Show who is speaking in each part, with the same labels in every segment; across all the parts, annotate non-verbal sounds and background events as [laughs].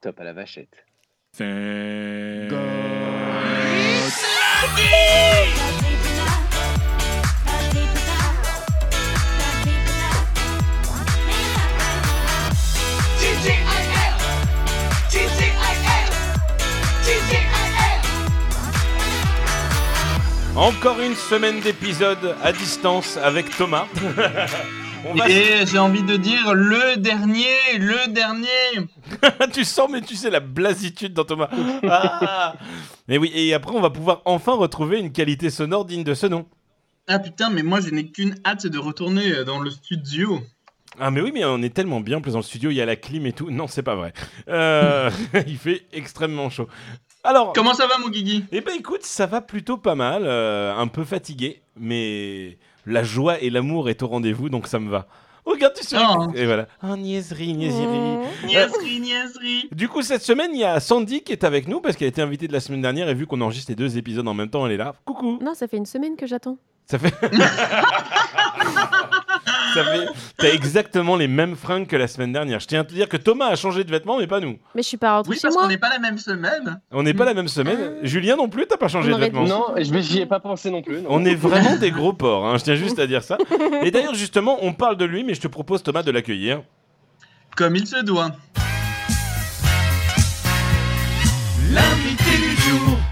Speaker 1: Top à la vachette.
Speaker 2: C'est-
Speaker 3: Encore une semaine d'épisodes à distance avec Thomas. [laughs] On va-
Speaker 4: Et j'ai envie de dire le dernier, le dernier.
Speaker 3: tu sens, mais tu sais, la blasitude dans Thomas. Ah mais oui, et après, on va pouvoir enfin retrouver une qualité sonore digne de ce nom.
Speaker 4: Ah putain, mais moi je n'ai qu'une hâte de retourner euh, dans le studio.
Speaker 3: Ah mais oui, mais on est tellement bien, en plus dans le studio, il y a la clim et tout. Non, c'est pas vrai. Euh, [laughs] il fait extrêmement chaud. Alors,
Speaker 4: Comment ça va mon Guigui
Speaker 3: eh ben écoute, ça va plutôt pas mal, euh, un peu fatigué, mais la joie et l'amour est au rendez-vous, donc ça me va. Regarde, tu sais.
Speaker 4: Oh.
Speaker 3: Et voilà. Oh, niaiserie, niaiserie.
Speaker 5: Mmh.
Speaker 4: Niaiserie, niaiserie.
Speaker 3: Du coup, cette semaine, il y a Sandy qui est avec nous parce qu'elle a été invitée de la semaine dernière et vu qu'on enregistre les deux épisodes en même temps, elle est là. Coucou.
Speaker 5: Non, ça fait une semaine que j'attends.
Speaker 3: Ça fait. [laughs] Ça fait- T'as exactement les mêmes fringues que la semaine dernière. Je tiens à te dire que Thomas a changé de vêtements, mais pas nous.
Speaker 5: Mais je suis pas rentrée
Speaker 4: Oui,
Speaker 5: chez
Speaker 4: parce
Speaker 5: moi.
Speaker 4: qu'on n'est pas la même semaine.
Speaker 3: On n'est pas la même semaine. Julien non plus, t'as pas changé
Speaker 5: Ah. On
Speaker 3: de
Speaker 5: aurait
Speaker 3: vêtements.
Speaker 5: dû.
Speaker 1: Non, je j'y ai pas pensé non plus.
Speaker 3: On est vraiment des gros porcs, hein, je tiens juste à dire ça. Et d'ailleurs, justement, on parle de lui, mais je te propose, Thomas, de l'accueillir.
Speaker 4: Comme il se doit.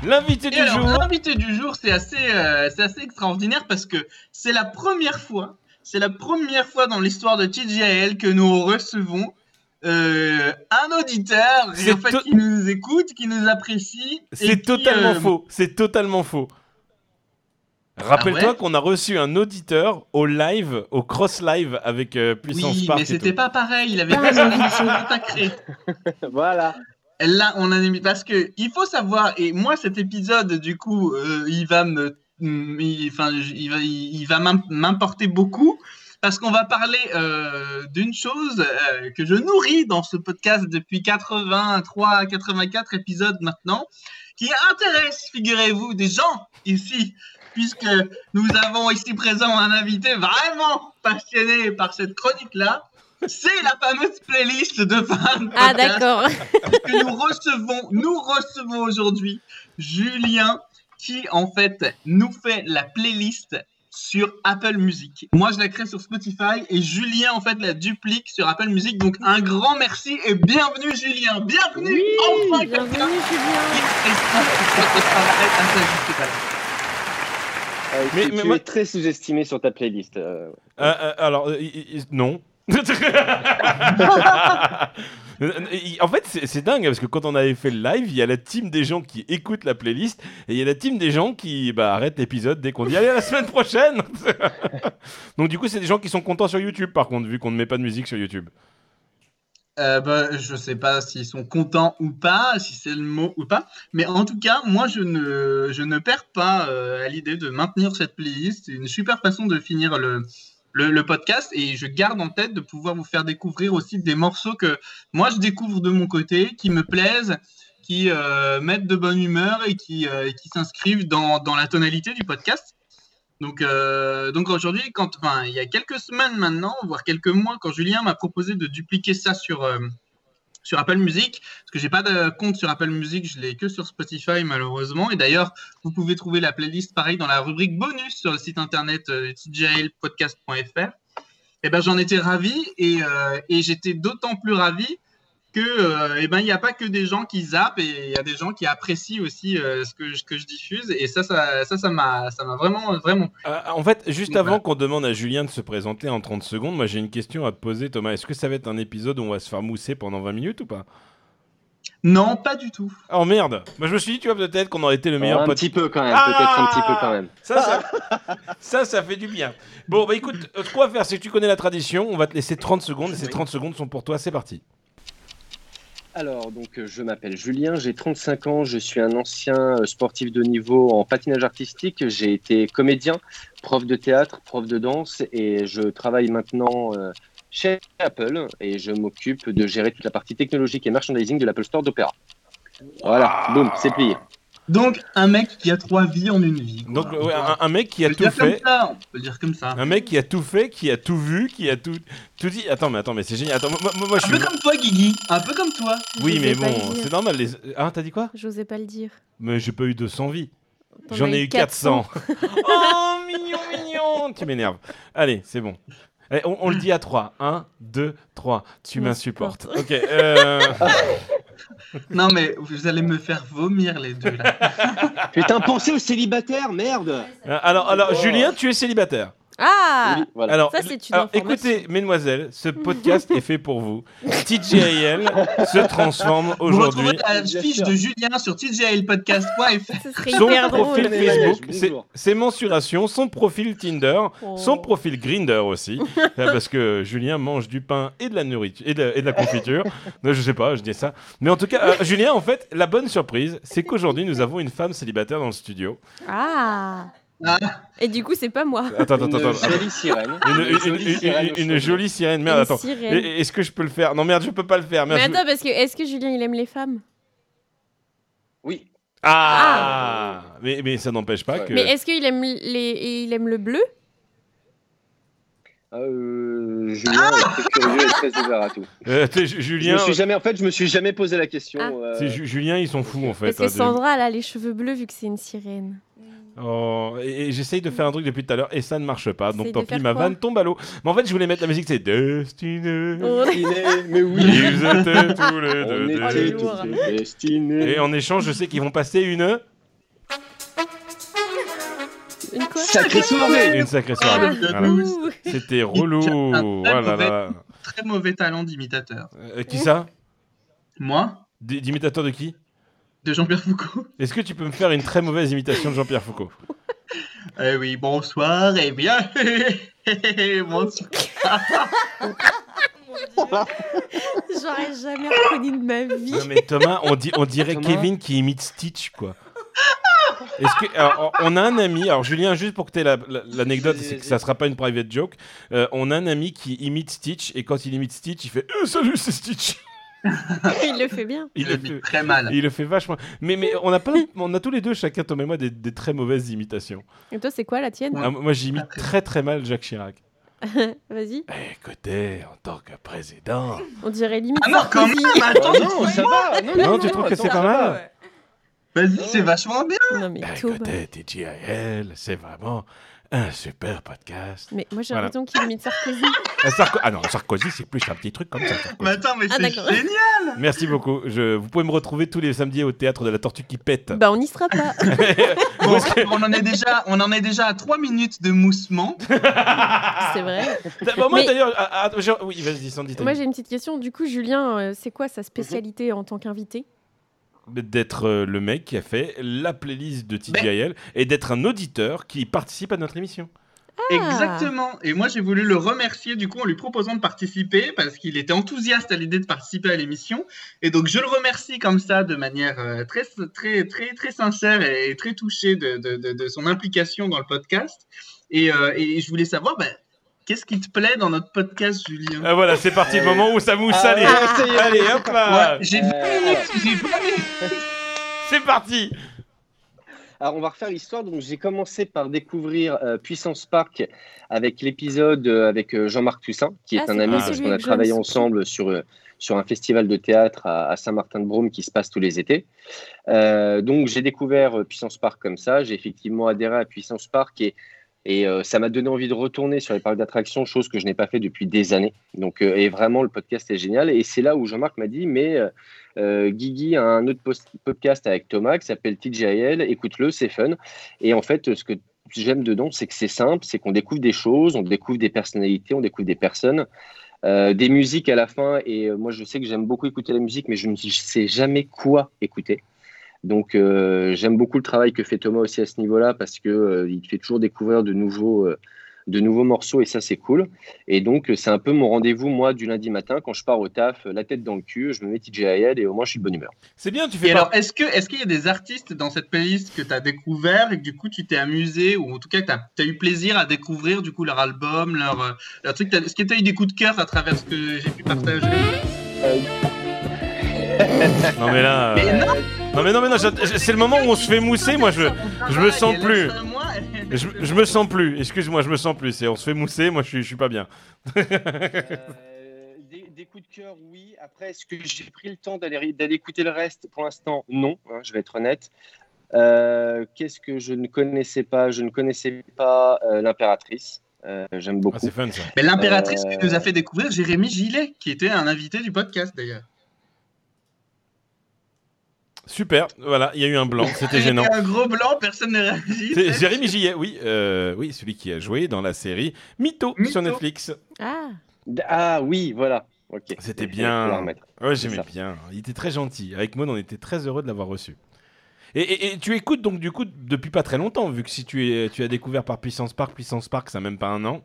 Speaker 3: L'invité
Speaker 4: Et
Speaker 3: du
Speaker 4: alors,
Speaker 3: jour
Speaker 4: l'invité du jour, c'est assez, euh, c'est assez extraordinaire parce que c'est la première fois, c'est la première fois dans l'histoire de TGIL que nous recevons euh, un auditeur et
Speaker 3: C'est
Speaker 4: en fait,
Speaker 3: to-
Speaker 4: qui nous écoute, qui nous apprécie. et
Speaker 3: C'est
Speaker 4: qui,
Speaker 3: totalement
Speaker 4: euh,
Speaker 3: faux. C'est totalement faux. Rappelle-toi
Speaker 4: Ah ouais
Speaker 3: qu'on a reçu un auditeur au live, au cross live avec euh, Puissance
Speaker 4: Oui,
Speaker 3: Park.
Speaker 4: mais
Speaker 3: et
Speaker 4: c'était
Speaker 3: tout.
Speaker 4: pas pareil, il avait pas son émission consacrée.
Speaker 1: [laughs] Voilà.
Speaker 4: Là, on a mis parce que il faut savoir et moi cet épisode du coup, euh, il va me, mm, il- enfin, j- il va, il il va m'im- m'importer beaucoup parce qu'on va parler euh, d'une chose euh, que je nourris dans ce podcast depuis 83, 84 épisodes maintenant, qui intéresse, figurez-vous, des gens ici, puisque nous avons ici présent un invité vraiment passionné par cette chronique-là. C'est la fameuse playlist de femmes.
Speaker 5: Ah d'accord.
Speaker 4: que nous recevons, nous recevons aujourd'hui Julien qui en fait nous fait la playlist sur Apple Music. Moi je la crée sur Spotify et Julien en fait la duplique sur Apple Music. Donc un grand merci et bienvenue Julien, bienvenue
Speaker 5: Oui,
Speaker 4: enfin quelqu'un
Speaker 5: bienvenue
Speaker 4: qui
Speaker 5: Julien.
Speaker 4: exprime son travail à sa juste valeur.
Speaker 1: Euh,
Speaker 3: Mais-
Speaker 1: tu
Speaker 3: mais
Speaker 1: tu
Speaker 3: moi-
Speaker 1: es très sous-estimé sur ta playlist. euh.
Speaker 3: Euh, euh, alors, euh, il- il- non. [laughs] en fait, c'est c'est dingue hein, parce que quand on avait fait le live, il y a la team des gens qui écoutent la playlist et il y a la team des gens qui bah, arrêtent l'épisode dès qu'on dit allez à la semaine prochaine. [laughs] Donc, du coup, c'est des gens qui sont contents sur YouTube par contre, vu qu'on ne met pas de musique sur YouTube.
Speaker 4: Euh, bah, je sais pas s'ils sont contents ou pas, si c'est le mot ou pas, mais en tout cas, moi je ne, je ne perds pas euh, à l'idée de maintenir cette playlist. C'est une super façon de finir le, le, le podcast et je garde en tête de pouvoir vous faire découvrir aussi des morceaux que moi je découvre de mon côté, qui me plaisent, qui euh, mettent de bonne humeur et qui, euh, et qui s'inscrivent dans, dans la tonalité du podcast. Donc, euh, donc aujourd'hui, quand, enfin, il y a quelques semaines maintenant, voire quelques mois, quand Julien m'a proposé de dupliquer ça sur, euh, sur Apple Music, parce que j'ai pas de compte sur Apple Music, je l'ai que sur Spotify malheureusement. Et d'ailleurs, vous pouvez trouver la playlist pareil dans la rubrique bonus sur le site internet euh, tjlpodcast.fr. Et ben, j'en étais ravi et, euh, et j'étais d'autant plus ravi que, euh, eh ben, il n'y a pas que des gens qui zappent et il y a des gens qui apprécient aussi euh, ce, que, je- que je diffuse. Et ça, ça, ça, ça m'a, ça m'a vraiment, vraiment
Speaker 3: Euh, en fait, juste
Speaker 4: Donc,
Speaker 3: avant
Speaker 4: voilà.
Speaker 3: qu'on demande à Julien de se présenter en 30 secondes, moi j'ai une question à te poser, Thomas. Est-ce que ça va être un épisode où on va se faire mousser pendant 20 minutes ou pas
Speaker 4: Non, pas du tout.
Speaker 3: Oh merde Moi je me suis dit, tu vois, peut-être qu'on aurait été le meilleur
Speaker 1: un
Speaker 3: podcast.
Speaker 1: petit peu quand même.
Speaker 3: Ah
Speaker 1: Peut-être un petit peu quand même.
Speaker 3: Ça, ça, [laughs] ça, ça fait du bien. Bon, bah écoute, euh, ce qu'on va faire, c'est que tu connais la tradition, on va te laisser 30 secondes, et ces
Speaker 4: Oui.
Speaker 3: 30 secondes sont pour toi, c'est parti.
Speaker 1: Alors, donc, euh, je m'appelle Julien, j'ai 35 ans, je suis un ancien euh, sportif de haut niveau en patinage artistique. J'ai été comédien, prof de théâtre, prof de danse et je travaille maintenant euh, chez Apple et je m'occupe
Speaker 3: Ah.
Speaker 1: de gérer toute la partie technologique et merchandising de l'Apple Store d'Opéra. Voilà, boum, c'est plié.
Speaker 4: Donc, un mec qui a trois vies en une vie. quoi.
Speaker 3: Donc,
Speaker 4: On
Speaker 3: ouais,
Speaker 4: peut-
Speaker 3: un, un mec qui
Speaker 4: on
Speaker 3: a
Speaker 4: peut
Speaker 3: tout
Speaker 4: dire comme
Speaker 3: fait.
Speaker 4: ça, on peut le dire comme ça.
Speaker 3: Un mec qui a tout fait, qui a tout vu, qui a tout, tout dit. Attends, mais attends, mais c'est génial. Attends, moi, moi- moi, je
Speaker 4: Un
Speaker 3: suis.
Speaker 4: peu comme toi, Guigui. Un peu comme toi.
Speaker 3: Oui,
Speaker 5: J'osais
Speaker 3: mais
Speaker 5: pas
Speaker 3: bon,
Speaker 5: le dire.
Speaker 3: c'est normal. Les... Ah, t'as dit quoi
Speaker 5: J'osais pas le dire.
Speaker 3: Mais j'ai pas eu 200 vies.
Speaker 5: T'en
Speaker 3: J'en
Speaker 5: as
Speaker 3: ai eu 400. [laughs] oh, mignon, mignon. Tu m'énerves. Allez, c'est bon. Allez, on, on le dit à 3. 1, 2, 3. Tu
Speaker 5: Tu
Speaker 3: m'insupportes. Ok.
Speaker 5: m'insupportes.
Speaker 3: euh,
Speaker 4: Non, mais vous allez me faire vomir les deux là.
Speaker 1: Putain, pensez aux célibataires, merde
Speaker 3: alors, alors
Speaker 1: Oh.
Speaker 3: Julien, tu es célibataire.
Speaker 5: Ah
Speaker 1: Oui, voilà.
Speaker 3: Alors,
Speaker 5: Ça, c'est une
Speaker 3: alors,
Speaker 5: information.
Speaker 3: écoutez, mesdemoiselles, ce podcast est fait pour vous. TJIL se transforme
Speaker 4: Vous
Speaker 3: aujourd'hui.
Speaker 4: retrouverez la fiche de Julien sur tjlpodcast.fr.
Speaker 5: Ce serait
Speaker 3: Son
Speaker 5: hyper drôle.
Speaker 3: profil
Speaker 1: les mecs,
Speaker 3: Facebook, ses,
Speaker 1: bonjour.
Speaker 3: ses mensurations, son profil Tinder,
Speaker 5: Oh.
Speaker 3: Son profil Grinder aussi, euh, parce que Julien mange du pain et de la nourriture et de, la- et de la confiture. Non, je sais pas, je dis ça. Mais en tout cas, euh, Julien, en fait, la bonne surprise, c'est qu'aujourd'hui nous avons une femme célibataire dans le studio.
Speaker 5: Ah Et du coup, c'est pas moi.
Speaker 3: Attends, attends,
Speaker 1: Une
Speaker 3: attends. attends.
Speaker 1: jolie sirène.
Speaker 3: Une, une- une- une-
Speaker 1: sirène
Speaker 3: une-
Speaker 1: au
Speaker 3: une
Speaker 1: cheveux.
Speaker 3: jolie sirène. Merde,
Speaker 5: Une
Speaker 3: attends.
Speaker 5: sirène.
Speaker 3: Et- et- Est-ce que je peux le faire Non, merde, je peux pas le faire.
Speaker 5: Mais
Speaker 3: Merde, je-
Speaker 5: attends, parce que est-ce que Julien, il aime les femmes
Speaker 1: Oui,
Speaker 3: Ah, mais, mais ça n'empêche pas
Speaker 1: Ouais.
Speaker 3: que.
Speaker 5: Mais est-ce qu'il aime, les... et il aime le bleu
Speaker 1: euh, Julien est très curieux et très ouvert à tout.
Speaker 3: Euh, t'es- Ju-
Speaker 1: Je me
Speaker 3: Julien,
Speaker 1: suis jamais, en fait, je me suis jamais posé la question.
Speaker 5: Ah.
Speaker 1: euh,
Speaker 3: c'est Ju- Julien, ils sont fous en fait.
Speaker 5: Parce que
Speaker 3: hein, de-
Speaker 5: Sandra, elle a les cheveux bleus vu que c'est une sirène.
Speaker 3: Oh, et, et j'essaye de faire un truc depuis tout à l'heure et ça ne marche pas.
Speaker 5: Essaye
Speaker 3: Donc
Speaker 5: de
Speaker 3: tant pis,
Speaker 5: faire
Speaker 3: ma
Speaker 5: quoi
Speaker 3: vanne tombe à l'eau. Mais en fait, je voulais mettre la musique, c'est Destiné.
Speaker 5: Oh.
Speaker 1: il est- mais oui,
Speaker 3: Ils étaient tous les
Speaker 1: on
Speaker 3: deux.
Speaker 1: était
Speaker 5: était
Speaker 3: destinés.
Speaker 1: tous
Speaker 5: lourd.
Speaker 1: destinés.
Speaker 3: Et en échange, je sais qu'ils vont passer une,
Speaker 5: Une quoi
Speaker 1: Sacrée soirée
Speaker 3: une sacrée
Speaker 4: Ah,
Speaker 3: soirée.
Speaker 4: le
Speaker 3: Voilà.
Speaker 4: jalouse.
Speaker 5: Ouh.
Speaker 3: C'était relou.
Speaker 4: Un très
Speaker 3: Voilà,
Speaker 4: mauvais-
Speaker 3: là, là.
Speaker 4: Très mauvais talent d'imitateur.
Speaker 3: Euh, qui ça
Speaker 4: Moi,
Speaker 3: D- D'imitateur de qui
Speaker 4: de Jean-Pierre Foucault.
Speaker 3: Est-ce que tu peux me faire une très mauvaise imitation de Jean-Pierre Foucault
Speaker 4: Eh oui, bonsoir et bien. [laughs] bonsoir.
Speaker 5: [laughs] J'aurais jamais reconnu de ma vie.
Speaker 3: Non mais Thomas, on, dit, on dirait
Speaker 1: Thomas.
Speaker 3: Kevin qui imite Stitch, quoi. Est-ce que, alors, on a un ami, alors Julien, juste pour que tu aies l'anecdote,
Speaker 1: Vas-y,
Speaker 3: c'est que
Speaker 1: vas-y.
Speaker 3: ça sera pas une private joke, euh, on a un ami qui imite Stitch, et quand il imite Stitch, il fait Eh, Salut, c'est Stitch
Speaker 5: [laughs] Il le fait bien.
Speaker 3: il
Speaker 4: Je
Speaker 3: le,
Speaker 4: vis
Speaker 3: fait,
Speaker 4: très mal.
Speaker 3: il le fait vachement. Mais, mais on, a plein- on a tous les deux, chacun, Thomas et moi, des, des très mauvaises imitations.
Speaker 5: Et toi, c'est quoi la tienne
Speaker 4: Ouais.
Speaker 3: Ah, moi, j'imite très très mal Jacques Chirac. Eh,
Speaker 5: Vas-y.
Speaker 3: Écoutez, en tant que président...
Speaker 5: On dirait limite.
Speaker 4: Ah non, quand
Speaker 5: Sarkozy.
Speaker 4: même, attends.
Speaker 1: Oh non, ça va Non,
Speaker 3: Non, tu trouves que
Speaker 1: attends,
Speaker 3: c'est
Speaker 1: ça
Speaker 3: pas
Speaker 1: va.
Speaker 3: mal
Speaker 4: Vas-y, c'est vachement bien.
Speaker 5: Ah, Non, mais
Speaker 3: Bah,
Speaker 5: Thomas.
Speaker 3: écoutez, TGIL, c'est vraiment un super podcast.
Speaker 5: Mais moi, j'ai
Speaker 3: Voilà.
Speaker 5: l'impression qu'il
Speaker 3: [laughs]
Speaker 5: imite Sarkozy.
Speaker 3: Ah, Sarko- ah non, Sarkozy, c'est plus un petit truc comme ça. Sarkozy.
Speaker 4: Mais attends, mais
Speaker 5: Ah,
Speaker 4: c'est
Speaker 5: d'accord.
Speaker 4: génial.
Speaker 3: Merci beaucoup. Je... Vous pouvez me retrouver tous les samedis au théâtre de la tortue qui pète.
Speaker 5: Bah, on n'y sera
Speaker 3: [laughs]
Speaker 5: pas.
Speaker 4: Bon, on, en est déjà, on en est déjà à 3 minutes de moussement.
Speaker 5: C'est vrai.
Speaker 3: Bah, moi
Speaker 5: Mais-
Speaker 3: d'ailleurs, ah, ah, je- oui, vas-y, Sandy. t'as
Speaker 5: Moi,
Speaker 3: dit.
Speaker 5: j'ai une petite question. Du coup, Julien, euh, c'est quoi sa spécialité en tant qu'invité
Speaker 3: D'être euh, le mec qui a fait la playlist de TGIL et d'être un auditeur qui participe à notre émission.
Speaker 4: Exactement. Et moi, j'ai voulu le remercier du coup en lui proposant de participer parce qu'il était enthousiaste à l'idée de participer à l'émission. Et donc, je le remercie comme ça de manière euh, très, très, très, très sincère et très touchée de, de, de, de son implication dans le podcast. Et, euh, et je voulais savoir, ben, qu'est-ce qui te plaît dans notre podcast, Julien
Speaker 3: Ah, voilà, c'est parti, le moment où ça mousse.
Speaker 1: Ah,
Speaker 3: allez,
Speaker 1: ouais, ça y est.
Speaker 3: allez, hop là,
Speaker 4: Ouais, j'ai vu.
Speaker 1: Euh,
Speaker 4: j'ai vu-
Speaker 3: c'est parti.
Speaker 1: Alors, on va refaire l'histoire. Donc, j'ai commencé par découvrir euh, Puissance Park avec l'épisode euh, avec euh, Jean-Marc Toussaint, qui est
Speaker 5: Ah,
Speaker 1: un
Speaker 5: c'est
Speaker 1: ami
Speaker 3: pas
Speaker 1: parce
Speaker 5: celui
Speaker 1: qu'on a
Speaker 5: avec
Speaker 1: travaillé
Speaker 5: James.
Speaker 1: ensemble sur, euh, sur un festival de théâtre à, à Saint-Martin-de-Brome qui se passe tous les étés. Euh, donc, j'ai découvert euh, Puissance Park comme ça. J'ai effectivement adhéré à Puissance Park et, et euh, ça m'a donné envie de retourner sur les parcs d'attractions, chose que je n'ai pas fait depuis des années. Donc, euh, et vraiment, le podcast est génial. Et c'est là où Jean-Marc m'a dit, mais euh, euh, Guigui a un autre post- podcast avec Thomas qui s'appelle TJL, écoute-le, c'est fun. Et en fait, ce que j'aime dedans, c'est que c'est simple, c'est qu'on découvre des choses, on découvre des personnalités, on découvre des personnes, euh, des musiques à la fin. Et euh, moi, je sais que j'aime beaucoup écouter la musique, mais je ne sais jamais quoi écouter. Donc, euh, j'aime beaucoup le travail que fait Thomas aussi à ce niveau-là parce que euh, il te fait toujours découvrir de nouveaux. euh, de nouveaux morceaux et ça c'est cool et donc euh, c'est un peu mon rendez-vous moi du lundi matin quand je pars au taf euh, la tête dans le cul je me mets TJIL et au moins je suis de bonne humeur
Speaker 3: C'est bien, tu fais
Speaker 4: Et
Speaker 3: pas-
Speaker 4: alors, est-ce que est-ce qu'il y a des artistes dans cette playlist que tu as découvert et que du coup tu t'es amusé ou en tout cas que tu as, eu plaisir à découvrir du coup leur album, leur, euh, leur truc t'as- Est-ce que tu as eu des coups de cœur à travers ce que j'ai pu partager
Speaker 3: Non mais là. euh,
Speaker 4: Mais non
Speaker 3: Non mais non mais non, j'att- j- c'est le moment où on se fait mousser, moi je, je me sens plus. je, je me sens plus. Excuse-moi, je me sens plus. C'est on se fait mousser, moi je suis, je suis pas bien.
Speaker 1: Euh, des, des coups de cœur, oui. Après, est-ce que j'ai pris le temps d'aller d'aller écouter le reste Pour l'instant, non, hein, je vais être honnête. Euh, Qu'est-ce que je ne connaissais pas Je ne connaissais pas euh, l'impératrice. Euh, J'aime
Speaker 3: Ah
Speaker 1: beaucoup.
Speaker 3: c'est fun ça.
Speaker 4: Mais l'impératrice
Speaker 1: Euh,
Speaker 4: qui nous a fait découvrir Jérémy Gillet, qui était un invité du podcast d'ailleurs.
Speaker 3: Super. Voilà, il y a eu un blanc,
Speaker 1: [laughs]
Speaker 3: c'était gênant.
Speaker 4: Il y a Un gros blanc, personne ne réagit.
Speaker 3: C'est Jérémy Gillet, oui, euh, oui, celui qui a joué dans la série Mytho, sur
Speaker 4: Mytho.
Speaker 3: Netflix.
Speaker 5: Ah,
Speaker 1: ah oui, voilà. Ok.
Speaker 3: C'était
Speaker 1: Je vais
Speaker 3: bien.
Speaker 1: la remettre.
Speaker 3: Ouais,
Speaker 1: C'est
Speaker 3: j'aimais
Speaker 1: ça.
Speaker 3: bien. Il était très gentil. Avec Maud, on était très heureux de l'avoir reçu. Et, et- et tu écoutes donc du coup depuis pas très longtemps, vu que si tu, es, tu as découvert par Puissance Park, Puissance Park, ça a même pas un an.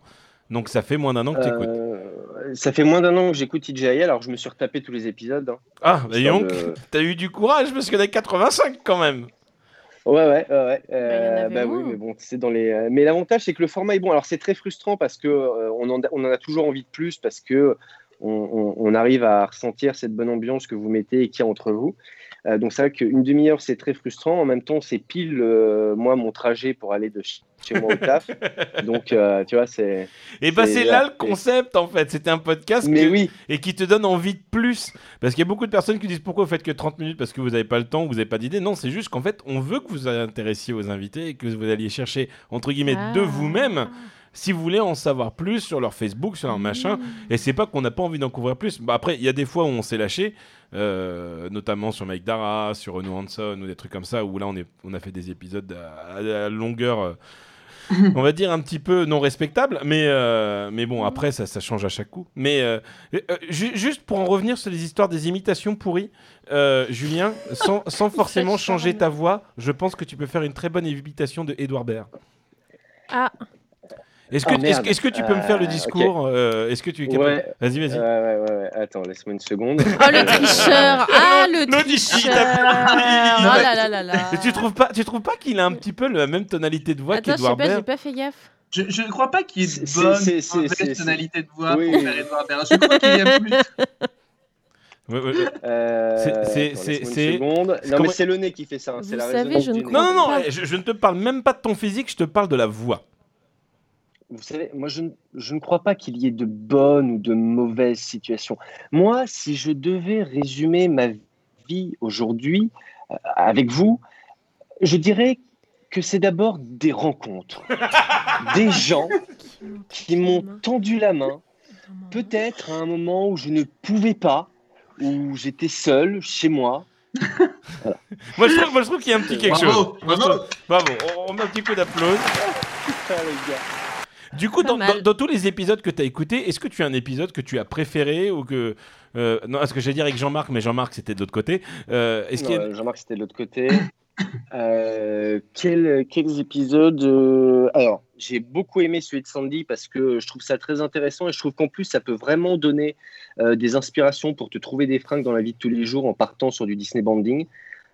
Speaker 3: Donc ça fait moins d'un an que tu écoutes.
Speaker 1: Euh, ça fait moins d'un an que j'écoute TJI, alors je me suis retapé tous les épisodes. hein.
Speaker 3: Ah, bah dis donc,
Speaker 1: Sur le-
Speaker 3: t'as eu du courage parce que t'as 85 quand même.
Speaker 1: Ouais, ouais, ouais. ouais.
Speaker 5: Bah, il y en
Speaker 1: Euh,
Speaker 5: avait
Speaker 1: bah oui,
Speaker 5: moins.
Speaker 1: mais bon, c'est dans les. euh, Mais l'avantage, c'est que le format est bon. Alors, c'est très frustrant parce que euh, on, en a, on en a toujours envie de plus parce que on, on- on arrive à ressentir cette bonne ambiance que vous mettez et qu'il y a entre vous. Euh, donc, c'est vrai qu'une demi-heure, c'est très frustrant. En même temps, c'est pile, euh, moi, mon trajet pour aller de ch- chez moi au
Speaker 5: [laughs]
Speaker 1: taf. Donc, euh, tu vois, c'est.
Speaker 3: Et bah
Speaker 1: C'est
Speaker 3: c'est là
Speaker 1: là.
Speaker 3: le concept en fait. C'était un podcast
Speaker 1: Mais
Speaker 3: que-
Speaker 5: [laughs]
Speaker 1: oui,
Speaker 3: et qui te donne envie de plus. Parce qu'il y a beaucoup de personnes qui disent pourquoi vous faites que 30 minutes parce que vous n'avez pas le temps, vous n'avez pas d'idée. Non, c'est juste qu'en fait, on veut que vous vous intéressiez aux invités et que vous alliez chercher, entre guillemets,
Speaker 5: Ah.
Speaker 3: de vous-même si vous voulez en savoir plus sur leur Facebook, sur leur machin. Et c'est pas qu'on n'a pas envie d'en couvrir plus. Bah, après, il y a des fois où on s'est lâché, euh, notamment sur Mike Dara, sur Renaud Hanson ou des trucs comme ça, où là on, est, on a fait des épisodes à, à- à longueur. euh, on va dire un petit peu non respectable, mais, euh, mais bon, après ça, ça change à chaque coup. Mais euh, euh, ju- juste pour en revenir sur les histoires des imitations pourries, euh, Julien, sans, sans forcément
Speaker 5: charme.
Speaker 3: changer ta voix, je pense que tu peux faire une très bonne imitation de Edouard Baird.
Speaker 5: Ah.
Speaker 3: Est-ce
Speaker 1: Oh,
Speaker 3: que, est-ce,
Speaker 1: merde.
Speaker 3: est-ce que tu peux me faire le
Speaker 1: Euh,
Speaker 3: discours euh, Est-ce que tu es capable
Speaker 1: Ouais. Euh,
Speaker 3: Vas-y,
Speaker 1: ouais,
Speaker 3: vas-y.
Speaker 1: ouais, ouais, ouais. Attends, laisse-moi une seconde. Euh,
Speaker 5: Oh
Speaker 3: [laughs]
Speaker 5: le tricheur Ah le
Speaker 3: Le
Speaker 5: tricheur
Speaker 3: tricheur.
Speaker 5: Oh là là là là
Speaker 3: Et tu trouves pas, tu trouves pas qu'il a un petit peu la même tonalité de voix
Speaker 5: Attends, je sais
Speaker 3: qu'Edouard
Speaker 5: pas,
Speaker 3: Baird
Speaker 5: j'ai pas fait gaffe.
Speaker 4: Je, je ne crois pas qu'il y ait
Speaker 1: C'est-
Speaker 4: de
Speaker 1: c'est-
Speaker 4: bonne
Speaker 1: c'est- c'est-
Speaker 4: ou
Speaker 1: c'est-
Speaker 4: mauvaise
Speaker 1: c'est-
Speaker 4: tonalité de voix
Speaker 1: Oui.
Speaker 4: pour faire Edouard Baird. Je crois qu'il y a plus.
Speaker 3: Ouais, ouais,
Speaker 5: [laughs]
Speaker 3: ouais.
Speaker 1: Euh,
Speaker 3: C'est-
Speaker 1: attends,
Speaker 3: c'est-
Speaker 1: laisse-moi une
Speaker 3: c'est-
Speaker 1: seconde. Non,
Speaker 3: comment-
Speaker 1: mais c'est le nez qui fait ça. hein,
Speaker 5: Vous
Speaker 1: C'est la
Speaker 5: savez,
Speaker 1: résonance
Speaker 5: je ne
Speaker 1: du nez.
Speaker 5: comprends
Speaker 3: Non, non, non.
Speaker 5: pas.
Speaker 3: Je, je ne te parle même pas de ton physique. Je te parle de la voix.
Speaker 1: Vous savez, moi, je ne, je ne crois pas qu'il y ait de bonnes ou de mauvaises situations. Moi, si je devais résumer ma vie aujourd'hui euh, avec vous, je dirais que c'est d'abord des rencontres. des gens qui m'ont tendu la main,
Speaker 5: [laughs]
Speaker 1: peut-être à un moment où je ne pouvais pas, où j'étais seul chez moi.
Speaker 3: Moi, je trouve, moi, je trouve qu'il y a un petit quelque chose.
Speaker 4: Bravo,
Speaker 3: Moi, je
Speaker 4: bravo.
Speaker 3: trouve- Bravo. On, on met un petit coup d'applause. Du coup,
Speaker 5: Pas
Speaker 3: dans,
Speaker 5: mal.
Speaker 3: dans- dans tous les épisodes que tu as écoutés, est-ce que tu as un épisode que tu as préféré ou que euh, non, est-ce que j'allais dire avec Jean-Marc, mais Jean-Marc c'était de l'autre côté. Euh, est-ce
Speaker 1: Non,
Speaker 3: qu'il y a-
Speaker 1: euh, Jean-Marc, c'était de l'autre côté. [coughs] Euh, quel- quels épisodes euh, Alors, j'ai beaucoup aimé celui de Sandy parce que je trouve ça très intéressant et je trouve qu'en plus, ça peut vraiment donner euh, des inspirations pour te trouver des fringues dans la vie de tous les jours en partant sur du Disney Banding.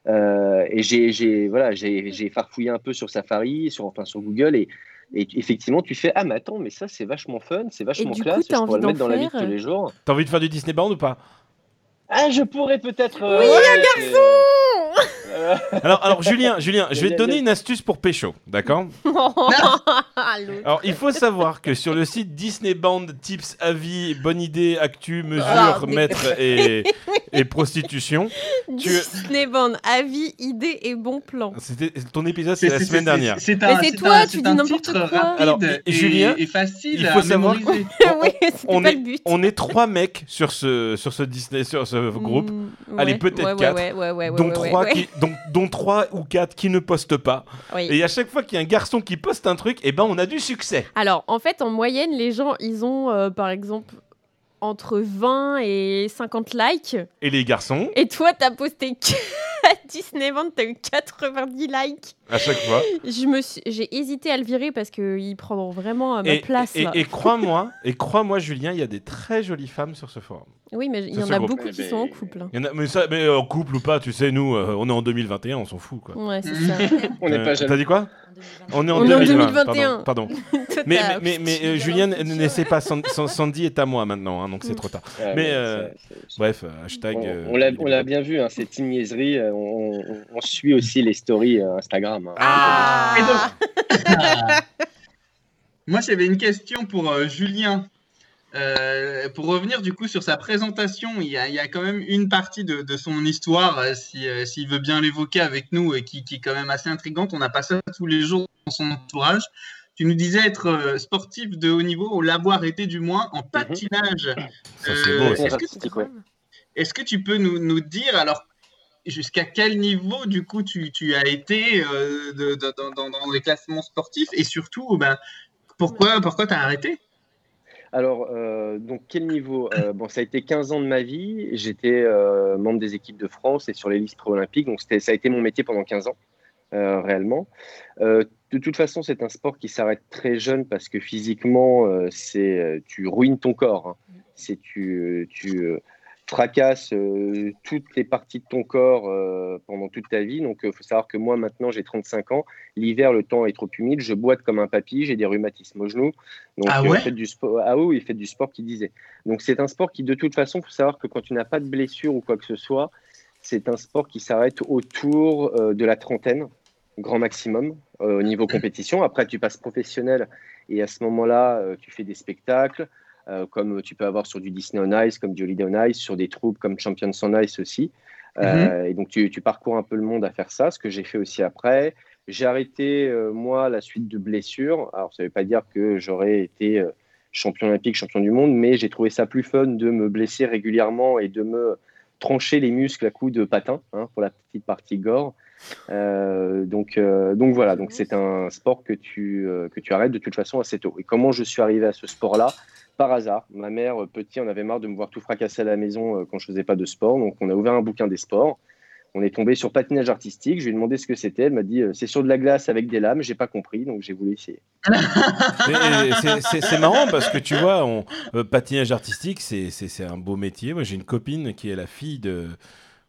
Speaker 1: Euh, et j'ai, j'ai- voilà, j'ai, j'ai farfouillé un peu sur Safari, sur, enfin, sur Google et. et effectivement, tu fais Ah, mais attends, mais ça c'est vachement fun, c'est vachement
Speaker 5: du coup,
Speaker 1: classe,
Speaker 5: t'as
Speaker 1: je
Speaker 5: envie
Speaker 1: pourrais le
Speaker 5: d'en
Speaker 1: mettre dans la vie de
Speaker 5: faire, euh,
Speaker 1: tous les jours.
Speaker 3: T'as envie de faire du Disney Band ou pas
Speaker 1: Ah, je pourrais peut-être. euh,
Speaker 5: Oui,
Speaker 1: un garçon
Speaker 5: [laughs]
Speaker 3: Alors, alors Julien, Julien, je vais te
Speaker 1: Le-
Speaker 3: donner
Speaker 1: le-
Speaker 3: une astuce pour pécho, d'accord
Speaker 5: L'autre.
Speaker 3: Alors, il faut savoir que sur le site Disney Band, tips, avis, bonne idée, actu, mesure,
Speaker 5: Ah, mais- [laughs]
Speaker 3: maître et, et prostitution.
Speaker 5: Disney Band, avis, idée et bon plan.
Speaker 3: C'était ton épisode, c'est la semaine dernière.
Speaker 4: c'est
Speaker 5: Mais
Speaker 4: un-
Speaker 5: c'est
Speaker 4: c'est
Speaker 5: toi,
Speaker 4: un-
Speaker 5: tu
Speaker 4: c'est
Speaker 5: dis
Speaker 4: un
Speaker 5: n'importe
Speaker 4: titre
Speaker 5: quoi.
Speaker 4: rapide
Speaker 3: Alors,
Speaker 4: et,
Speaker 3: Julien,
Speaker 4: et facile
Speaker 3: il faut
Speaker 4: à
Speaker 3: savoir-
Speaker 4: mémoriser.
Speaker 5: Ah [laughs] oui, c'était
Speaker 3: on
Speaker 5: pas
Speaker 3: est-
Speaker 5: le but.
Speaker 3: On est trois mecs sur ce sur ce Disney sur ce groupe.
Speaker 5: Mm,
Speaker 3: Allez,
Speaker 5: ouais,
Speaker 3: peut-être
Speaker 5: ouais, ouais,
Speaker 3: quatre,
Speaker 5: ouais, ouais, ouais,
Speaker 3: dont,
Speaker 5: ouais,
Speaker 3: trois
Speaker 5: ouais,
Speaker 3: qui- donc- dont trois ou quatre qui ne postent pas.
Speaker 5: oui.
Speaker 3: Et à chaque fois qu'il y a un garçon qui poste un truc, eh ben on a du succès.
Speaker 5: Alors, en fait, en moyenne, les gens, ils ont, euh, par exemple, entre 20 et 50 likes.
Speaker 3: Et les garçons
Speaker 5: Et toi, t'as posté que à Disneyland, t'as eu 90 likes.
Speaker 3: à chaque fois.
Speaker 5: Je me suis- j'ai hésité à le virer parce qu'il prend vraiment euh, ma
Speaker 3: et,
Speaker 5: place.
Speaker 3: et-
Speaker 5: là.
Speaker 3: et crois-moi, et crois-moi, Julien, il y a des très jolies femmes sur ce forum.
Speaker 5: oui, mais il
Speaker 3: ce
Speaker 5: y en a
Speaker 3: groupe.
Speaker 5: beaucoup
Speaker 1: Eh
Speaker 5: qui
Speaker 1: ben-
Speaker 5: sont en couple. hein.
Speaker 3: Il y en a, mais ça, mais euh, en couple ou pas, tu sais, nous, euh, on est en 2021, on s'en fout quoi.
Speaker 5: Ouais, c'est ça.
Speaker 1: On n'est
Speaker 3: Euh,
Speaker 1: pas
Speaker 3: T'as
Speaker 1: jaloux.
Speaker 3: dit quoi On est en
Speaker 5: On est en
Speaker 3: 2020.
Speaker 5: 2021.
Speaker 3: Pardon. pardon.
Speaker 5: [laughs] Toi,
Speaker 3: mais
Speaker 5: t'as-
Speaker 3: mais, mais, mais, euh,
Speaker 6: tu
Speaker 3: Julienne,
Speaker 6: vas dans le
Speaker 3: ne
Speaker 6: futur.
Speaker 3: laissez pas. San- San- Sandy est à moi maintenant, hein, donc
Speaker 5: Mm.
Speaker 3: c'est trop tard.
Speaker 1: Ouais,
Speaker 3: mais,
Speaker 1: ouais,
Speaker 3: euh,
Speaker 1: c'est- c'est-
Speaker 3: Bref, euh, hashtag.
Speaker 1: On-
Speaker 3: euh,
Speaker 1: on l'a- on l'a bien vu, hein, ces petites niaiseries, euh, on, on- on suit aussi les stories euh, Instagram. hein.
Speaker 5: Ah
Speaker 4: Et [laughs] Moi, j'avais une question pour euh, Julien. Euh, pour revenir du coup sur sa présentation, il y a, il y a quand même une partie de, de son histoire, euh, si, euh, s'il veut bien l'évoquer avec nous, et qui, qui est quand même assez intrigante. On n'a pas ça tous les jours dans son entourage. Tu nous disais être euh, sportif de haut niveau, ou l'avoir été du moins, en
Speaker 3: Mhm.
Speaker 4: patinage.
Speaker 3: Ça, Ah, c'est
Speaker 4: Euh,
Speaker 3: beau. ça.
Speaker 1: c'est
Speaker 4: Est-ce que,
Speaker 1: artistique, ouais.
Speaker 4: est-ce que tu peux nous, nous dire alors jusqu'à quel niveau du coup tu, tu as été euh, de- de- dans, dans- dans les classements sportifs et surtout ben, pourquoi, pourquoi tu as arrêté
Speaker 1: Alors, euh, donc quel niveau Euh, Bon, ça a été 15 ans de ma vie. J'étais euh, membre des équipes de France et sur les listes pré-olympiques. Donc, c'était- ça a été mon métier pendant 15 ans, euh, réellement. Euh, de toute façon, c'est un sport qui s'arrête très jeune parce que physiquement, euh, c'est euh, tu ruines ton corps. hein. C'est tu, tu euh, tracasses euh, toutes les parties de ton corps euh, pendant toute ta vie. Donc, il faut savoir que moi, maintenant, j'ai 35 ans. L'hiver, le temps est trop humide. Je boite comme un papy. J'ai des rhumatismes au genou. Donc,
Speaker 4: Ah
Speaker 1: euh,
Speaker 4: ouais
Speaker 1: faites du sport. Ah oui, il fait du sport qui disait. Donc, c'est un sport qui, de toute façon, il faut savoir que quand tu n'as pas de blessure ou quoi que ce soit, c'est un sport qui s'arrête autour euh, de la trentaine, grand maximum, euh, au niveau compétition. Après, tu passes professionnel et à ce moment-là, euh, tu fais des spectacles, euh, comme tu peux avoir sur du Disney on Ice, comme du Holiday on Ice, sur des troupes comme Champions on Ice aussi. Euh, et donc, tu, tu parcours un peu le monde à faire ça, ce que j'ai fait aussi après. J'ai arrêté, euh, moi, la suite de blessures. Alors, ça ne veut pas dire que j'aurais été euh, champion olympique, champion du monde, mais j'ai trouvé ça plus fun de me blesser régulièrement et de me trancher les muscles à coups de patin, hein, pour la petite partie gore. Euh, donc, euh, donc voilà, donc c'est un sport que tu, euh, que tu arrêtes de toute façon assez tôt. Et comment je suis arrivé à ce sport-là Par hasard, ma mère, euh, petit, en avait marre de me voir tout fracasser à la maison euh, quand je faisais pas de sport. Donc on a ouvert un bouquin des sports. On est tombé sur patinage artistique. Je lui ai demandé ce que c'était. Elle m'a dit euh, c'est sur de la glace avec des lames. J'ai pas compris, donc j'ai voulu essayer.
Speaker 3: Et- et c'est- C'est c'est marrant parce que tu vois, on, euh, patinage artistique, c'est- c'est c'est un beau métier. Moi, j'ai une copine qui est la fille de.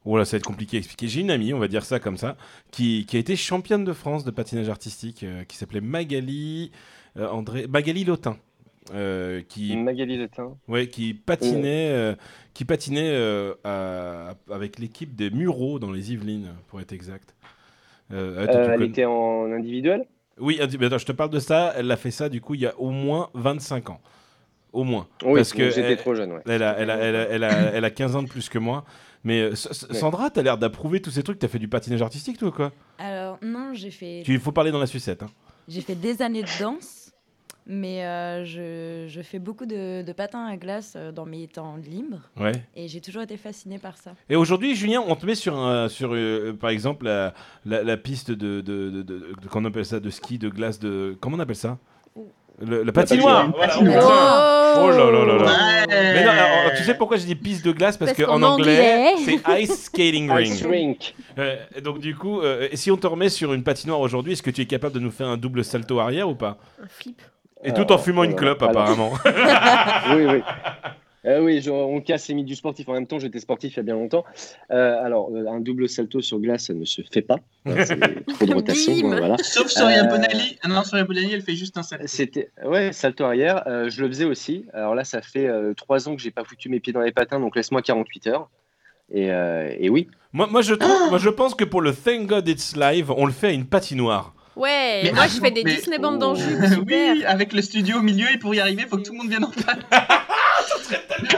Speaker 3: Oh là, ça va être compliqué à expliquer. J'ai une amie, on va dire ça comme ça, qui, qui a été championne de France de patinage artistique, euh, qui s'appelait Magali euh, André Magali Lotin, euh, qui
Speaker 1: Magali Letin.
Speaker 3: Ouais, qui patinait, euh, qui patinait euh, à- avec l'équipe des Mureaux dans les Yvelines, pour être exact. Euh, attends, tu
Speaker 1: elle
Speaker 3: connais-
Speaker 1: était en individuel
Speaker 3: Oui, attends, mais attends, je te parle de ça. Elle a fait ça, du coup, il y a au moins 25 ans. Au moins.
Speaker 1: Oui,
Speaker 3: Parce que
Speaker 1: j'étais
Speaker 3: elle-
Speaker 1: trop jeune. Ouais.
Speaker 3: Elle a, elle a- elle a- elle a- elle a 15 ans de plus que moi. Mais euh, S- S-
Speaker 1: Ouais.
Speaker 3: Sandra, t'as l'air d'approuver tous ces trucs. T'as fait du patinage artistique, toi, ou quoi
Speaker 6: Alors, non, j'ai fait,
Speaker 3: Tu- Il faut parler dans la sucette. hein.
Speaker 6: j'ai fait des années de danse, mais euh, je, je fais beaucoup de, de patins à glace euh, dans mes temps libres
Speaker 3: Ouais.
Speaker 6: et j'ai toujours été fascinée par ça.
Speaker 3: Et aujourd'hui, Julien, on te met sur, un- sur euh, par exemple, la, la- la piste de, de, de, de, de- qu'on appelle ça, de ski, de glace, de. Comment on appelle ça Le- La patinoire. voilà.
Speaker 4: patinoire. Patinoire.
Speaker 3: Oh là là là là.
Speaker 4: Ouais.
Speaker 3: Mais non, alors, tu sais pourquoi j'ai dit piste de glace Parce,
Speaker 5: Parce
Speaker 3: qu'en
Speaker 5: qu'en
Speaker 3: anglais,
Speaker 5: anglais-
Speaker 3: c'est ice skating
Speaker 1: Ice
Speaker 3: ring.
Speaker 1: rink.
Speaker 3: Ouais, et donc du coup, euh, et si on te remet sur une patinoire aujourd'hui, est-ce que tu es capable de nous faire un double salto arrière ou pas
Speaker 5: Un flip.
Speaker 3: Et
Speaker 1: Alors,
Speaker 3: tout en fumant une
Speaker 1: euh,
Speaker 3: clope
Speaker 1: alors-
Speaker 3: apparemment.
Speaker 1: oui, oui. Euh, oui, je- on casse les mythes du sportif. En même temps, j'étais sportif il y a bien longtemps. Euh, alors, euh, un double salto sur glace, ça ne se fait pas. Hein, c'est trop de rotation.
Speaker 5: Bim.
Speaker 1: hein, voilà.
Speaker 4: Sauf
Speaker 1: Euh,
Speaker 4: Soria Bonali. Ah non, Soria Bonali, elle fait juste un seul.
Speaker 1: C'était ouais, salto arrière. Euh, je le faisais aussi. Alors là, ça fait euh, trois ans que j'ai pas foutu mes pieds dans les patins, donc laisse-moi 48 heures. Et, euh, et oui.
Speaker 3: [laughs] moi, moi, je trouve- moi je
Speaker 1: Ah
Speaker 3: pense que pour le Thank God It's Live, on le fait à une patinoire.
Speaker 5: Ouais,
Speaker 4: Mais-
Speaker 5: moi je fais des
Speaker 4: mais-
Speaker 5: Disney bandes
Speaker 1: Oh.
Speaker 5: d'enjeux. Super.
Speaker 4: Oui, avec le studio au milieu, et pour y arriver, il faut que tout le monde vienne en patin.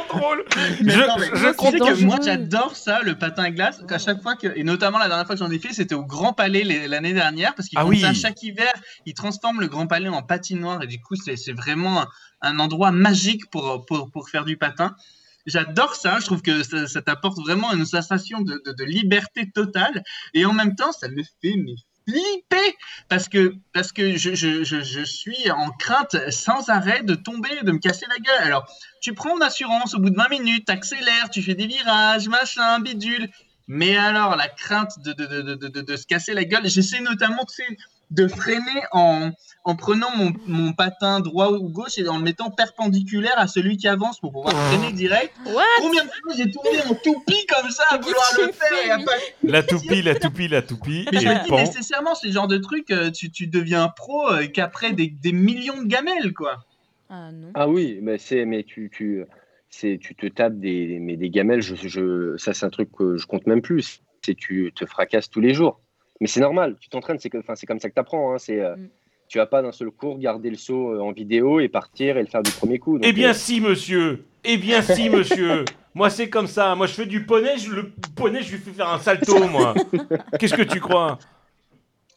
Speaker 3: Drôle.
Speaker 4: Mais
Speaker 3: Je-
Speaker 4: attends, mais
Speaker 3: je
Speaker 4: moi, tu sais
Speaker 5: comprends.
Speaker 4: que moi j'adore ça, le patin à glace. À chaque fois que, et notamment la dernière fois que j'en ai fait, c'était au Grand Palais les- l'année dernière, parce qu'ils
Speaker 3: Ah
Speaker 4: font
Speaker 3: oui.
Speaker 4: ça chaque hiver. Ils transforment le Grand Palais en patinoire, et du coup, c'est c'est vraiment un- un endroit magique pour, pour, pour faire du patin. J'adore ça, je trouve que ça, ça t'apporte vraiment une sensation de, de, de liberté totale, et en même temps, ça me fait mais, flipper parce que parce que je, je, je, je suis en crainte sans arrêt de tomber, de me casser la gueule. Alors tu prends en assurance au bout de 20 minutes, t'accélères, tu fais des virages, machin, bidule. Mais alors, la crainte de, de, de, de, de- de se casser la gueule, j'essaie notamment tu sais, de freiner en, en prenant mon, mon patin droit ou gauche et en le mettant perpendiculaire à celui qui avance pour
Speaker 5: Oh.
Speaker 4: pouvoir freiner direct.
Speaker 5: What
Speaker 4: Combien de fois j'ai tourné en toupie comme ça à
Speaker 5: Ah, Mais
Speaker 4: vouloir
Speaker 5: qu'est-ce que
Speaker 4: le
Speaker 5: tu
Speaker 4: faire
Speaker 5: fais,
Speaker 4: et à
Speaker 5: lui
Speaker 4: pas
Speaker 3: La toupie, la toupie, la toupie.
Speaker 4: mais
Speaker 3: et
Speaker 4: je me dis
Speaker 3: pan.
Speaker 4: nécessairement, c'est le genre de truc, euh, tu, tu deviens pro euh, qu'après des, des millions de gamelles, quoi.
Speaker 6: Ah non.
Speaker 1: Ah oui, mais c'est mais tu tu c'est tu te tapes des mais des gamelles, je, je ça c'est un truc que je compte même plus. C'est tu te fracasses tous les jours. Mais c'est normal, tu t'entraînes, c'est que enfin c'est comme ça que tu apprends c'est euh,
Speaker 6: Mm.
Speaker 1: tu vas pas d'un seul coup regarder le saut euh, en vidéo et partir et le faire du premier coup. Donc,
Speaker 3: Eh bien
Speaker 1: euh,
Speaker 3: si, monsieur. Eh bien si, monsieur. Moi, c'est comme ça. Moi, je fais du poney. Je, le poney, je lui fais faire un salto, moi. Qu'est-ce que tu crois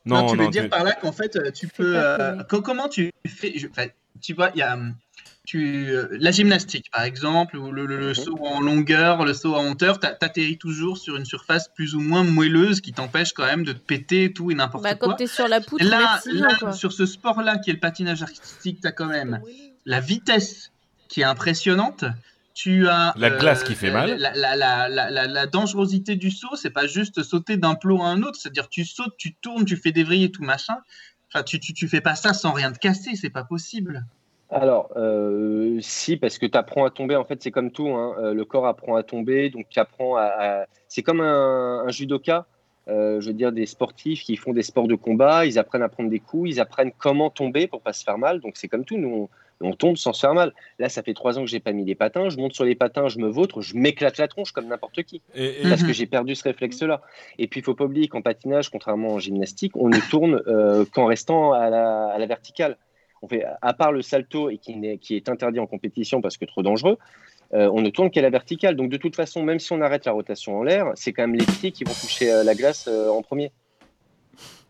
Speaker 3: Non,
Speaker 4: tu veux
Speaker 3: non.
Speaker 4: dire
Speaker 3: tu-
Speaker 4: par là qu'en fait, euh, tu
Speaker 6: Fais
Speaker 4: peux.
Speaker 6: pas
Speaker 4: euh,
Speaker 6: coller.
Speaker 4: co- comment tu fais je- enfin, Tu vois, il y a. hum, Tu, euh, la gymnastique, par exemple, ou le, le- le
Speaker 1: Mhm.
Speaker 4: saut en longueur, le saut en hauteur, t'a- t'atterris toujours sur une surface plus ou moins moelleuse qui t'empêche quand même de te péter tout et n'importe
Speaker 5: Bah, quand
Speaker 4: quoi.
Speaker 5: t'es sur la poutre,
Speaker 4: Là,
Speaker 5: merci bien,
Speaker 4: là,
Speaker 5: quoi.
Speaker 4: sur ce sport-là qui est le patinage artistique, t'as quand même la vitesse qui est impressionnante. Tu as euh,
Speaker 3: La glace qui fait mal.
Speaker 4: La, la- la- la- la- la dangerosité du saut, c'est pas juste sauter d'un plot à un autre. C'est-à-dire tu sautes, tu tournes, tu fais des vrilles et tout machin. Enfin, tu, tu, tu fais pas ça sans rien te casser, c'est pas possible.
Speaker 1: Alors, euh, si, parce que tu apprends à tomber, en fait, c'est comme tout, hein, euh, le corps apprend à tomber, donc tu apprends à... à- C'est comme un, un judoka, euh, je veux dire, des sportifs qui font des sports de combat, ils apprennent à prendre des coups, ils apprennent comment tomber pour pas se faire mal, donc c'est comme tout, nous, on, on tombe sans se faire mal. Là, ça fait trois ans que j'ai pas mis les patins, je monte sur les patins, je me vautre, je m'éclate la tronche comme n'importe qui
Speaker 3: Et- et-
Speaker 4: Mhm.
Speaker 1: parce que j'ai perdu ce réflexe-là. Et puis, il faut pas oublier qu'en patinage, contrairement en gymnastique, on ne tourne euh, qu'en restant à la, à la verticale. On fait, à part le salto et qui, n'est- qui est interdit en compétition parce que trop dangereux, euh, on ne tourne qu'à la verticale. Donc, de toute façon, même si on arrête la rotation en l'air, c'est quand même les pieds qui vont toucher euh, la glace euh, en premier.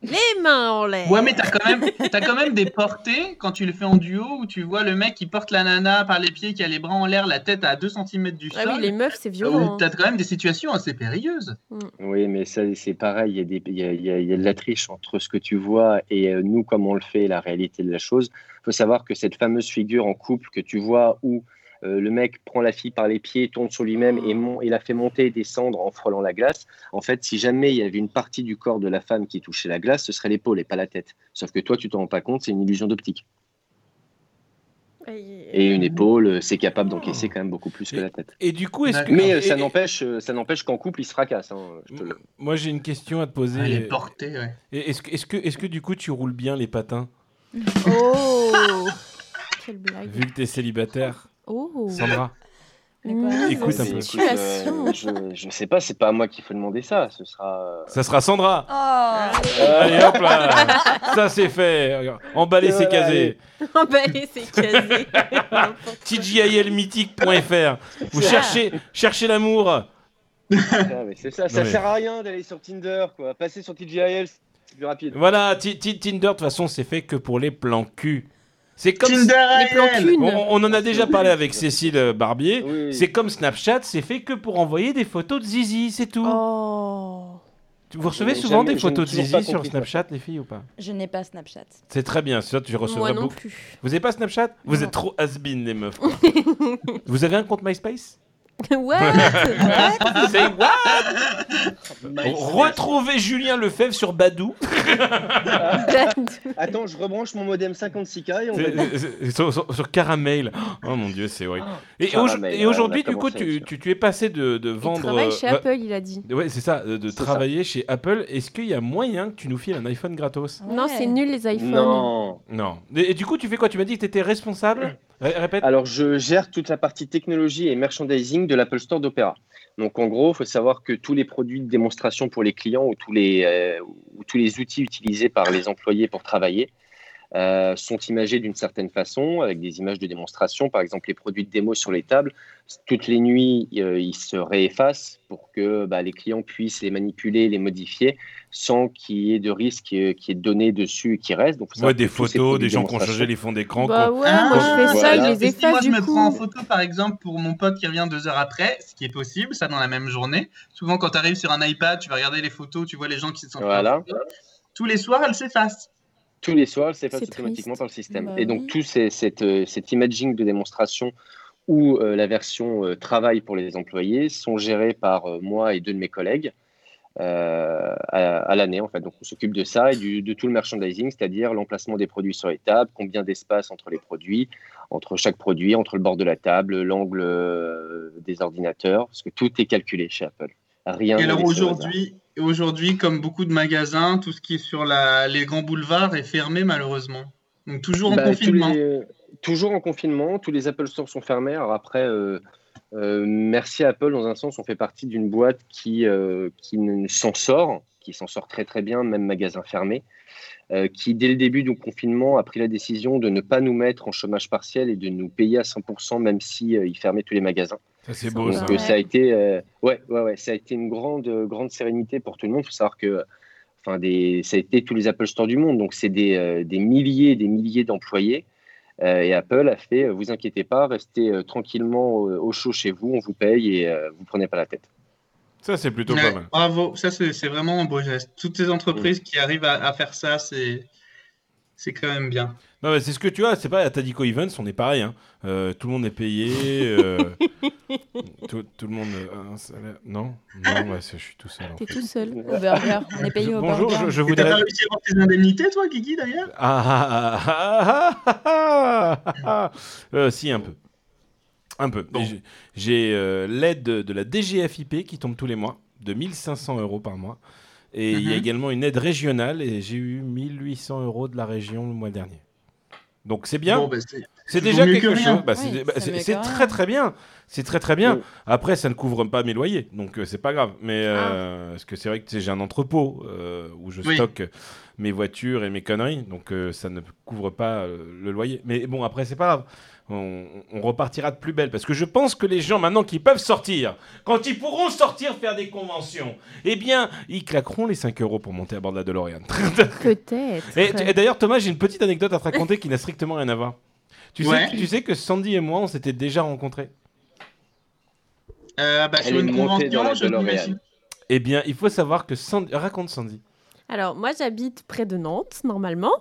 Speaker 5: Les mains en l'air.
Speaker 4: Ouais, mais t'as quand même, t'as quand même des portées quand tu le fais en duo où tu vois le mec qui porte la nana par les pieds, qui a les bras en l'air, la tête à 2 cm du
Speaker 5: Ah
Speaker 4: sol.
Speaker 5: oui, les meufs, c'est
Speaker 4: où
Speaker 5: violent. hein.
Speaker 4: t'as quand même des situations assez périlleuses.
Speaker 1: Oui, mais ça, c'est pareil. Il y, a des- il y a, il y a- il y a de la triche entre ce que tu vois et euh, nous, comment on le fait, la réalité de la chose. Il faut savoir que cette fameuse figure en couple que tu vois où euh, le mec prend la fille par les pieds, tourne sur lui-même et, mon- et la fait monter et descendre en frôlant la glace. En fait, si jamais il y avait une partie du corps de la femme qui touchait la glace, ce serait l'épaule et pas la tête. Sauf que toi, tu t'en rends pas compte, c'est une illusion d'optique. Et une épaule, euh, c'est capable d'encaisser quand même beaucoup plus que la tête.
Speaker 3: Et du coup, est-ce que.
Speaker 1: Mais euh, ça
Speaker 3: et-
Speaker 1: n'empêche, euh, ça n'empêche qu'en couple, il se fracasse. hein, je te le-
Speaker 3: Moi, j'ai une question à te
Speaker 4: Ah, les
Speaker 3: poser.
Speaker 4: portées, ouais.
Speaker 3: Et Est-ce que, est-ce que, est-ce que du coup, tu roules bien les patins
Speaker 4: [laughs]
Speaker 5: Oh Quelle
Speaker 3: Vu
Speaker 5: blague.
Speaker 3: que t'es célibataire,
Speaker 5: Oh
Speaker 3: Sandra.
Speaker 6: Mais quoi
Speaker 5: Mmh.
Speaker 3: Écoute un peu.
Speaker 5: Situation.
Speaker 1: Écoute, euh, je, je sais pas, c'est pas à moi qu'il faut demander ça. Ce
Speaker 3: [laughs]
Speaker 1: sera. euh,
Speaker 3: Ça sera Sandra.
Speaker 6: Oh
Speaker 3: Allez hop
Speaker 5: [laughs]
Speaker 3: là Ça c'est fait Regarde. Emballé
Speaker 1: Et
Speaker 3: c'est
Speaker 1: voilà,
Speaker 3: casé
Speaker 5: Ah [laughs] bah, allez,
Speaker 4: [laughs]
Speaker 5: c'est casé. N'importe quoi.
Speaker 3: TGILmythique.fr Vous
Speaker 5: Ça.
Speaker 3: cherchez, cherchez l'amour
Speaker 1: Ah, mais c'est ça. Ça
Speaker 3: Non, mais-
Speaker 1: sert à rien d'aller sur Tinder, quoi. Passer sur TGIL, c'est plus rapide.
Speaker 3: Voilà, Ti- Ti- Tinder de toute façon c'est fait que pour les plans cul. C'est comme...
Speaker 4: Tinder
Speaker 5: Les plans
Speaker 4: Island.
Speaker 5: cul.
Speaker 3: On, on en a déjà parlé avec Cécile euh, Barbier.
Speaker 1: Oui, oui.
Speaker 3: C'est comme Snapchat, c'est fait que pour envoyer des photos de zizi, c'est tout.
Speaker 5: Oh
Speaker 3: Vous recevez
Speaker 1: J'ai
Speaker 3: souvent
Speaker 1: jamais-
Speaker 3: des
Speaker 1: j'ai
Speaker 3: photos de
Speaker 1: toujours pas
Speaker 3: zizi sur
Speaker 1: compris
Speaker 3: Snapchat, les filles, ou pas
Speaker 6: Je n'ai pas Snapchat.
Speaker 3: C'est très bien, ça tu
Speaker 5: Moi
Speaker 3: recevras
Speaker 5: non
Speaker 3: beaucoup.
Speaker 5: plus. [laughs]
Speaker 3: Vous avez pas Snapchat Vous
Speaker 6: Non.
Speaker 3: êtes trop has-been, les meufs. quoi. Vous avez un compte MySpace [laughs]
Speaker 5: What
Speaker 1: Ah,
Speaker 3: C'est what Retrouvez Julien Lefebvre
Speaker 1: [laughs]
Speaker 3: sur Badou.
Speaker 1: Attends, je rebranche mon modem 56K et on va.
Speaker 3: C'est- c'est- sur, sur- sur Caramel. Oh mon dieu, c'est horrible. Et,
Speaker 1: Caramel,
Speaker 3: au- et
Speaker 1: ouais,
Speaker 3: aujourd'hui,
Speaker 1: on a
Speaker 3: du coup,
Speaker 1: commencé avec
Speaker 3: tu,
Speaker 1: ça.
Speaker 3: tu, tu es passé de, de
Speaker 5: Il
Speaker 3: vendre.
Speaker 5: travaille chez
Speaker 3: euh,
Speaker 5: Apple, il a dit.
Speaker 3: ouais, ouais, c'est ça, de, de
Speaker 1: C'est ça.
Speaker 3: travailler chez Apple. Est-ce qu'il y a moyen que tu nous files un iPhone gratos
Speaker 5: Non,
Speaker 6: [laughs]
Speaker 5: c'est nul les iPhones.
Speaker 1: Non.
Speaker 3: Non. Et, et du coup, tu fais quoi Tu m'as dit que tu étais responsable Ré- Répète.
Speaker 1: Alors, je gère toute la partie technologie et merchandising de l'Apple Store d'Opéra. Donc, en gros, il faut savoir que tous les produits de démonstration pour les clients ou tous les, euh, ou tous les outils utilisés par les employés pour travailler euh, sont imagés d'une certaine façon, avec des images de démonstration. Par exemple, les produits de démo sur les tables, toutes les nuits, euh, ils se réeffacent pour que bah, les clients puissent les manipuler, les modifier, sans qu'il y ait de risque euh, qui est donné dessus et qui reste. Donc, faut
Speaker 3: Ouais,
Speaker 1: savoir
Speaker 3: des
Speaker 1: que tous ces
Speaker 3: photos,
Speaker 1: produits
Speaker 3: des
Speaker 1: de
Speaker 3: gens qui ont
Speaker 1: démonstration-
Speaker 3: changé les fonds d'écran.
Speaker 5: Bah
Speaker 3: quoi.
Speaker 5: ouais, moi je fais ça,
Speaker 1: voilà.
Speaker 5: il les
Speaker 4: Ah, Et si moi
Speaker 5: efface
Speaker 4: je
Speaker 5: du
Speaker 4: me
Speaker 5: coup.
Speaker 4: prends en photo par exemple pour mon pote qui revient deux heures après, ce qui est possible, ça dans la même journée. Souvent quand tu arrives sur un iPad, tu vas regarder les photos, tu vois les gens qui se sont pris en
Speaker 1: Voilà.
Speaker 4: photo. Tous les soirs, elles s'effacent.
Speaker 1: tous les soirs, c'est fait
Speaker 5: C'est
Speaker 1: automatiquement
Speaker 5: triste.
Speaker 1: par le système.
Speaker 6: Bah
Speaker 1: et donc,
Speaker 6: oui.
Speaker 1: tout ces- cette, euh, cet imaging de démonstration ou euh, la version euh, travail pour les employés sont gérés par euh, moi et deux de mes collègues euh, à, à l'année. En fait. Donc on s'occupe de ça et du- de tout le merchandising, c'est-à-dire l'emplacement des produits sur les tables, combien d'espace entre les produits, entre chaque produit, entre le bord de la table, l'angle euh, des ordinateurs, parce que tout est calculé chez Apple. Rien
Speaker 4: Et
Speaker 1: n'est
Speaker 4: alors
Speaker 1: laissé au hasard.
Speaker 4: aujourd'hui, aujourd'hui, comme beaucoup de magasins, tout ce qui est sur la- les grands boulevards est fermé malheureusement. Donc toujours en
Speaker 1: Bah, tous
Speaker 4: confinement.
Speaker 1: les- toujours en confinement, tous les Apple Store sont fermés. Alors après, euh, euh, merci à Apple, dans un sens, on fait partie d'une boîte qui, euh, qui ne- s'en sort, qui s'en sort très très bien, même magasin fermé, euh, qui dès le début du confinement a pris la décision de ne pas nous mettre en chômage partiel et de nous payer à 100% même si euh, ils fermaient tous les magasins.
Speaker 3: Ça, c'est
Speaker 6: beau,
Speaker 3: beau, ça.
Speaker 1: Donc, euh, ça a été, euh, ouais, ouais, ouais, ça a été une grande, euh, grande sérénité pour tout le monde. Il faut savoir que, enfin, des, ça a été tous les Apple Store du monde. Donc, c'est des, euh, des milliers, des milliers d'employés. Euh, et Apple a fait, euh, vous inquiétez pas, restez euh, tranquillement au, au chaud chez vous, on vous paye et euh, vous prenez pas la tête.
Speaker 3: Ça, c'est plutôt
Speaker 4: Ouais,
Speaker 3: pas mal.
Speaker 4: bravo, ça c'est c'est vraiment un beau geste. Toutes ces
Speaker 1: Mm.
Speaker 4: entreprises qui arrivent à, à faire ça, c'est c'est quand même bien.
Speaker 3: Non, mais Bah, c'est ce que tu as, c'est pas à Tadico Events, on est pareil. hein. Euh, tout le monde est payé. euh, [laughs] tout, tout le monde. a un salaire. Non Non, ouais, c'est- je suis tout seul. en
Speaker 5: T'es
Speaker 3: fait.
Speaker 5: tout seul.
Speaker 6: Au burger. On est payé au
Speaker 3: Bonjour,
Speaker 6: burger.
Speaker 3: je, je
Speaker 4: Et T'as
Speaker 3: voudrais. [laughs]
Speaker 4: pas réussi à avoir tes indemnités, toi, Guigui, d'ailleurs
Speaker 3: Ah, ah, ah, ah, ah, ah, ah. Euh, si, un peu. Un peu.
Speaker 4: Bon.
Speaker 3: J'ai- J'ai euh, l'aide de, de la DGFIP qui tombe tous les mois, de 1500 euros par mois. Et il y a
Speaker 4: Mhm.
Speaker 3: également une aide régionale, et j'ai eu 1800 euros de la région le mois dernier. Donc c'est bien,
Speaker 4: Bon, bah, c'est-
Speaker 3: c'est
Speaker 4: vaut
Speaker 3: déjà
Speaker 4: mieux
Speaker 3: quelque
Speaker 4: que rien.
Speaker 3: chose. Bah, c'est
Speaker 6: Oui,
Speaker 3: bah,
Speaker 6: ça
Speaker 3: c'est-
Speaker 6: mieux que
Speaker 3: c'est
Speaker 6: rien.
Speaker 3: très très bien. C'est très très bien.
Speaker 1: Oui.
Speaker 3: Après, ça ne couvre pas mes loyers, donc euh, c'est pas grave. Mais
Speaker 6: Ah.
Speaker 3: euh, parce que c'est vrai que tu sais, j'ai un entrepôt euh, où je
Speaker 4: Oui.
Speaker 3: stocke mes voitures et mes conneries, donc euh, ça ne couvre pas euh, le loyer. Mais bon, après c'est pas grave. On, on repartira de plus belle parce que je pense que les gens maintenant qui peuvent sortir, quand ils pourront sortir faire des conventions, eh bien ils claqueront les 5 euros pour monter à bord de la DeLorean.
Speaker 5: Peut-être.
Speaker 3: Et, et d'ailleurs, Thomas, j'ai une petite anecdote à te raconter qui n'a strictement rien à voir. Tu,
Speaker 4: Ouais.
Speaker 3: sais, tu sais que Sandy et moi, on s'était déjà rencontrés.
Speaker 4: euh, bah,
Speaker 1: Elle
Speaker 4: sur
Speaker 1: est
Speaker 4: une
Speaker 1: montée dans la
Speaker 4: convention, je
Speaker 1: DeLorean.
Speaker 4: m'imagine.
Speaker 3: Eh bien, il faut savoir que Sandy. Raconte Sandy.
Speaker 5: Alors, moi, j'habite près de Nantes, normalement.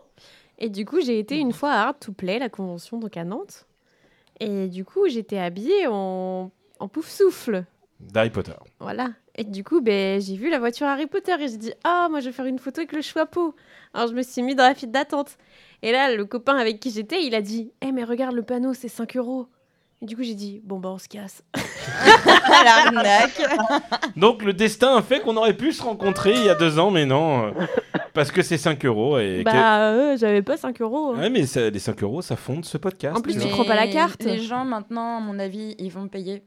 Speaker 5: Et du coup, j'ai été une fois à Hard to Play, la convention, donc à Nantes. Et du coup, j'étais habillée en, en pouf-souffle.
Speaker 3: D'Harry Potter.
Speaker 5: Voilà. Et du coup, ben, j'ai vu la voiture Harry Potter et j'ai dit Ah, moi, je vais faire une photo avec le chapeau. Alors, je me suis mis dans la file d'attente. Et là, le copain avec qui j'étais, il a dit Eh, mais regarde le panneau, c'est 5 euros. Et du coup, j'ai dit Bon, bah, on se casse.
Speaker 6: Ah, l'arnaque.
Speaker 3: Donc, le destin a fait qu'on aurait pu se rencontrer il y a deux ans, mais non. euh, parce que c'est 5 euros. Et que-
Speaker 5: bah, euh, j'avais pas 5 euros.
Speaker 3: Ouais, mais ça- les 5 euros, ça fonde ce podcast.
Speaker 5: En plus,
Speaker 3: tu
Speaker 5: tu
Speaker 3: vois.
Speaker 5: prends pas la carte
Speaker 6: Les gens, maintenant, à mon avis, ils vont payer.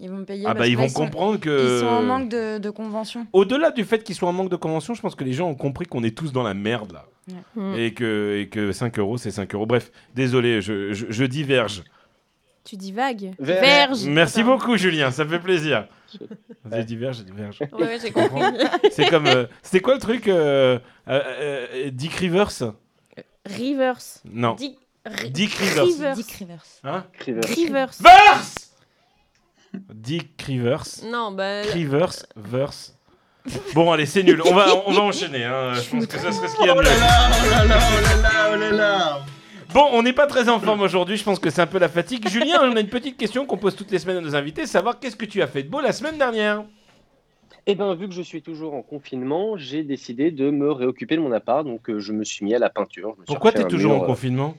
Speaker 6: Ils vont payer.
Speaker 3: Ah, bah,
Speaker 6: parce
Speaker 3: ils
Speaker 6: que
Speaker 3: vont
Speaker 6: là, sont-
Speaker 3: comprendre que.
Speaker 6: Ils sont en manque de, de convention.
Speaker 3: Au-delà du fait qu'ils soient en manque de convention, je pense que les gens ont compris qu'on est tous dans la merde, là.
Speaker 6: Mm.
Speaker 5: Hmm.
Speaker 3: Et, que, et que 5 euros, c'est 5 euros. Bref, désolé, je- je- je diverge.
Speaker 5: Tu dis vague.
Speaker 1: Ver-
Speaker 5: Verge.
Speaker 3: Merci
Speaker 5: Pardon.
Speaker 3: beaucoup, Julien, ça fait
Speaker 5: [laughs]
Speaker 3: plaisir. J'ai dit verge, j'ai dit verge.
Speaker 5: Ouais, ouais,
Speaker 3: [laughs]
Speaker 5: j'ai compris.
Speaker 3: C'est comme. euh, C'était quoi le truc euh, euh, euh, Dick Rivers
Speaker 5: Reverse.
Speaker 3: Non.
Speaker 5: Dick, Ri-
Speaker 3: Dick Rivers.
Speaker 5: Rivers.
Speaker 6: Dick Rivers.
Speaker 3: Hein
Speaker 1: Criver.
Speaker 5: Rivers.
Speaker 3: Verse Dick Rivers.
Speaker 5: Non, bah.
Speaker 3: Rivers, verse. Bon, allez, c'est nul. On va, on va enchaîner.
Speaker 5: [laughs]
Speaker 3: hein. Je pense que ça serait ce qu'il y a de
Speaker 4: Oh là
Speaker 3: mieux.
Speaker 4: là, oh là là, oh là là, oh là là
Speaker 3: Bon, on n'est pas très en forme aujourd'hui. Je pense que c'est un peu la fatigue. Julien, on a une petite question qu'on pose toutes les semaines à nos invités savoir qu'est-ce que tu as fait de beau la semaine dernière
Speaker 1: Eh bien, vu que je suis toujours en confinement, j'ai décidé de me réoccuper de mon appart. Donc, euh, je me suis mis à la peinture. Je me suis
Speaker 3: Pourquoi
Speaker 1: refait
Speaker 3: t'es
Speaker 1: un
Speaker 3: toujours en
Speaker 1: mur, euh,
Speaker 3: confinement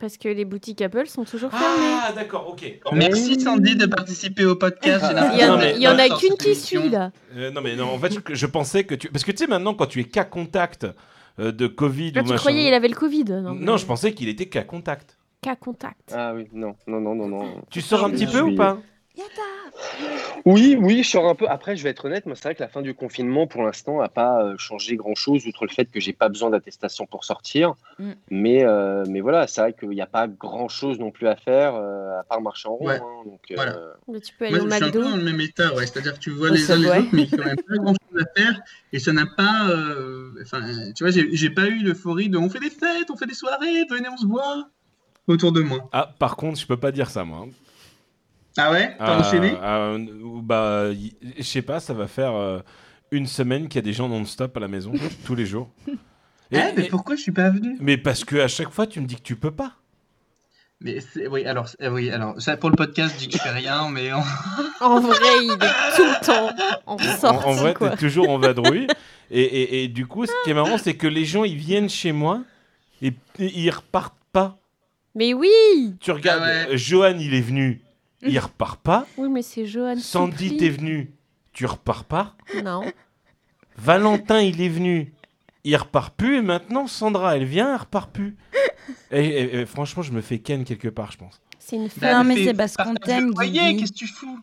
Speaker 5: Parce que les boutiques Apple sont toujours fermées.
Speaker 3: Ah, d'accord, ok. En-
Speaker 4: Merci Sandy de participer au podcast. j'ai
Speaker 5: Il y en,
Speaker 3: non, mais-
Speaker 5: il y en a
Speaker 4: l'impression
Speaker 5: qu'une
Speaker 4: d'être dans
Speaker 5: qui
Speaker 4: cette émission.
Speaker 5: suit là.
Speaker 3: Euh, non, mais non, en fait, je, je pensais que tu. Parce que tu sais, maintenant, quand tu es cas contact euh, de Covid
Speaker 5: Là,
Speaker 3: ou
Speaker 5: Ah, tu
Speaker 3: machin.
Speaker 5: croyais il avait le Covid. Non,
Speaker 3: Non,
Speaker 5: mais-
Speaker 3: je pensais qu'il était cas contact.
Speaker 5: Cas contact.
Speaker 1: Ah oui, non, non, non, non, non.
Speaker 3: Tu sors un
Speaker 1: Je
Speaker 3: petit peu
Speaker 1: suis-
Speaker 3: ou pas
Speaker 1: Oui, oui, je sors un peu. Après, je vais être honnête, moi, c'est vrai que la fin du confinement, pour l'instant, n'a pas euh, changé grand-chose, outre le fait que j'ai pas besoin d'attestation pour sortir.
Speaker 6: Mm.
Speaker 1: Mais, euh, mais voilà, c'est vrai qu'il n'y a pas grand-chose non plus à faire, euh, à part marcher en rond.
Speaker 4: Ouais.
Speaker 1: hein. donc, euh,
Speaker 4: Voilà.
Speaker 5: Mais tu peux aller
Speaker 4: Moi,
Speaker 5: au
Speaker 4: je suis un peu
Speaker 5: McDo.
Speaker 4: dans le même état, ouais. C'est-à-dire que tu vois
Speaker 6: Au
Speaker 4: les uns les
Speaker 6: Subway.
Speaker 4: autres, mais il n'y a pas grand chose à faire. Et ça n'a pas. euh, Enfin, tu vois, j'ai j'ai pas eu l'euphorie de on fait des fêtes, on fait des soirées, venez, on se voit autour de moi.
Speaker 3: Ah, par contre, je peux pas dire ça, moi. hein.
Speaker 4: Ah ouais T'as
Speaker 3: Ah,
Speaker 4: enchaîné
Speaker 3: ah, ou- bah, y- je sais pas, ça va faire euh, une semaine qu'il y a des gens non-stop à la maison, [laughs] tous les jours.
Speaker 4: Eh,
Speaker 3: Et-
Speaker 4: mais
Speaker 3: et-
Speaker 4: pourquoi je suis pas venu
Speaker 5: [laughs]
Speaker 3: mais parce que à chaque fois, tu me dis que tu peux pas.
Speaker 4: Mais c'est- oui, alors, c'est- oui, alors, ça pour le podcast, je dis que je fais rien, mais on-
Speaker 5: En vrai, il est tout le temps en sortie,
Speaker 3: en, en vrai,
Speaker 5: quoi.
Speaker 3: t'es toujours en
Speaker 5: [laughs]
Speaker 3: vadrouille. et, et- et du coup, ce qui est marrant, c'est que les gens, ils viennent chez moi et, et ils repartent pas.
Speaker 5: Mais oui
Speaker 3: Tu regardes,
Speaker 4: Ah ouais.
Speaker 3: euh, Johan, il est venu, il repart pas.
Speaker 5: Oui, mais c'est Johan.
Speaker 3: Sandy, t'es
Speaker 5: Soupli.
Speaker 3: venu, tu repars pas.
Speaker 5: Non.
Speaker 3: Valentin, il est venu, il repart plus. Et maintenant, Sandra, elle vient, elle repart plus. Et, et- et franchement, je me fais ken quelque part, je pense.
Speaker 5: C'est une
Speaker 4: Bah,
Speaker 5: femme.
Speaker 6: Non,
Speaker 4: [laughs]
Speaker 6: mais
Speaker 4: c'est-
Speaker 6: c'est parce qu'on
Speaker 4: partage
Speaker 6: t'aime,
Speaker 4: le foyer,
Speaker 6: Guigui.
Speaker 4: qu'est-ce que tu fous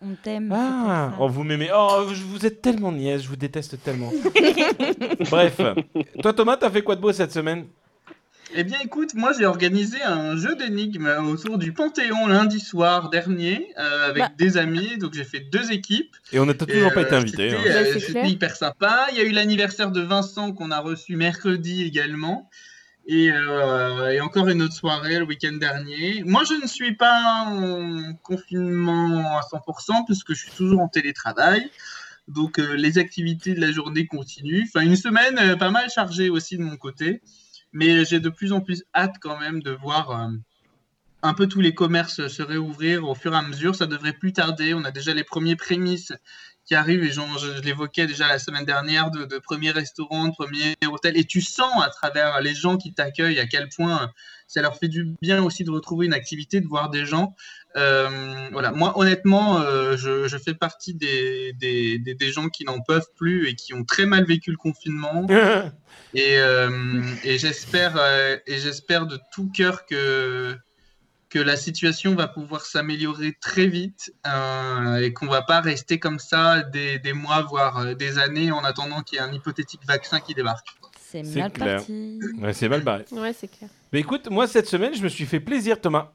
Speaker 6: On t'aime.
Speaker 3: Ah,
Speaker 6: c'est
Speaker 3: oh,
Speaker 6: pour ça.
Speaker 3: vous m'aimez. Oh, je- vous êtes tellement niaise, je vous déteste tellement. [laughs] Bref, toi, Thomas, t'as fait quoi de beau cette semaine
Speaker 4: Eh bien, écoute, moi j'ai organisé un jeu d'énigmes autour du Panthéon lundi soir dernier euh, avec
Speaker 5: Bah.
Speaker 4: des amis. Donc j'ai fait deux équipes.
Speaker 3: Et on n'a
Speaker 4: Et,
Speaker 3: toujours pas été
Speaker 4: euh,
Speaker 3: invité.
Speaker 4: C'était,
Speaker 3: [laughs]
Speaker 4: euh,
Speaker 5: hein. Bah, c'est
Speaker 4: c'était
Speaker 5: clair.
Speaker 4: hyper sympa. Il y a eu l'anniversaire de Vincent qu'on a reçu mercredi également. Et, euh, et encore une autre soirée le week-end dernier. Moi, je ne suis pas en confinement à 100% puisque je suis toujours en télétravail. Donc, euh, les activités de la journée continuent. Enfin, une semaine euh, pas mal chargée aussi de mon côté. Mais euh, j'ai de plus en plus hâte quand même de voir euh, un peu tous les commerces se réouvrir au fur et à mesure. Ça devrait plus tarder. On a déjà les premiers prémices qui arrivent, et j'en- je, je l'évoquais déjà la semaine dernière, de, de premiers restaurants, de premiers hôtels, et tu sens à travers les gens qui t'accueillent à quel point euh, ça leur fait du bien aussi de retrouver une activité, de voir des gens. Euh, voilà, moi honnêtement, euh, je, je fais partie des, des, des, des gens qui n'en peuvent plus et qui ont très mal vécu le confinement.
Speaker 3: hein.
Speaker 4: Et, euh, et j'espère euh, et j'espère de tout cœur que que la situation va pouvoir s'améliorer très vite euh, et qu'on va pas rester comme ça des, des mois voire euh, des années en attendant qu'il y ait un hypothétique vaccin qui débarque.
Speaker 6: C'est
Speaker 3: C'est
Speaker 6: mal
Speaker 3: clair.
Speaker 6: parti.
Speaker 3: Ouais, c'est mal barré.
Speaker 5: Ouais, c'est clair.
Speaker 3: Mais écoute, moi cette semaine, je me suis fait plaisir, Thomas.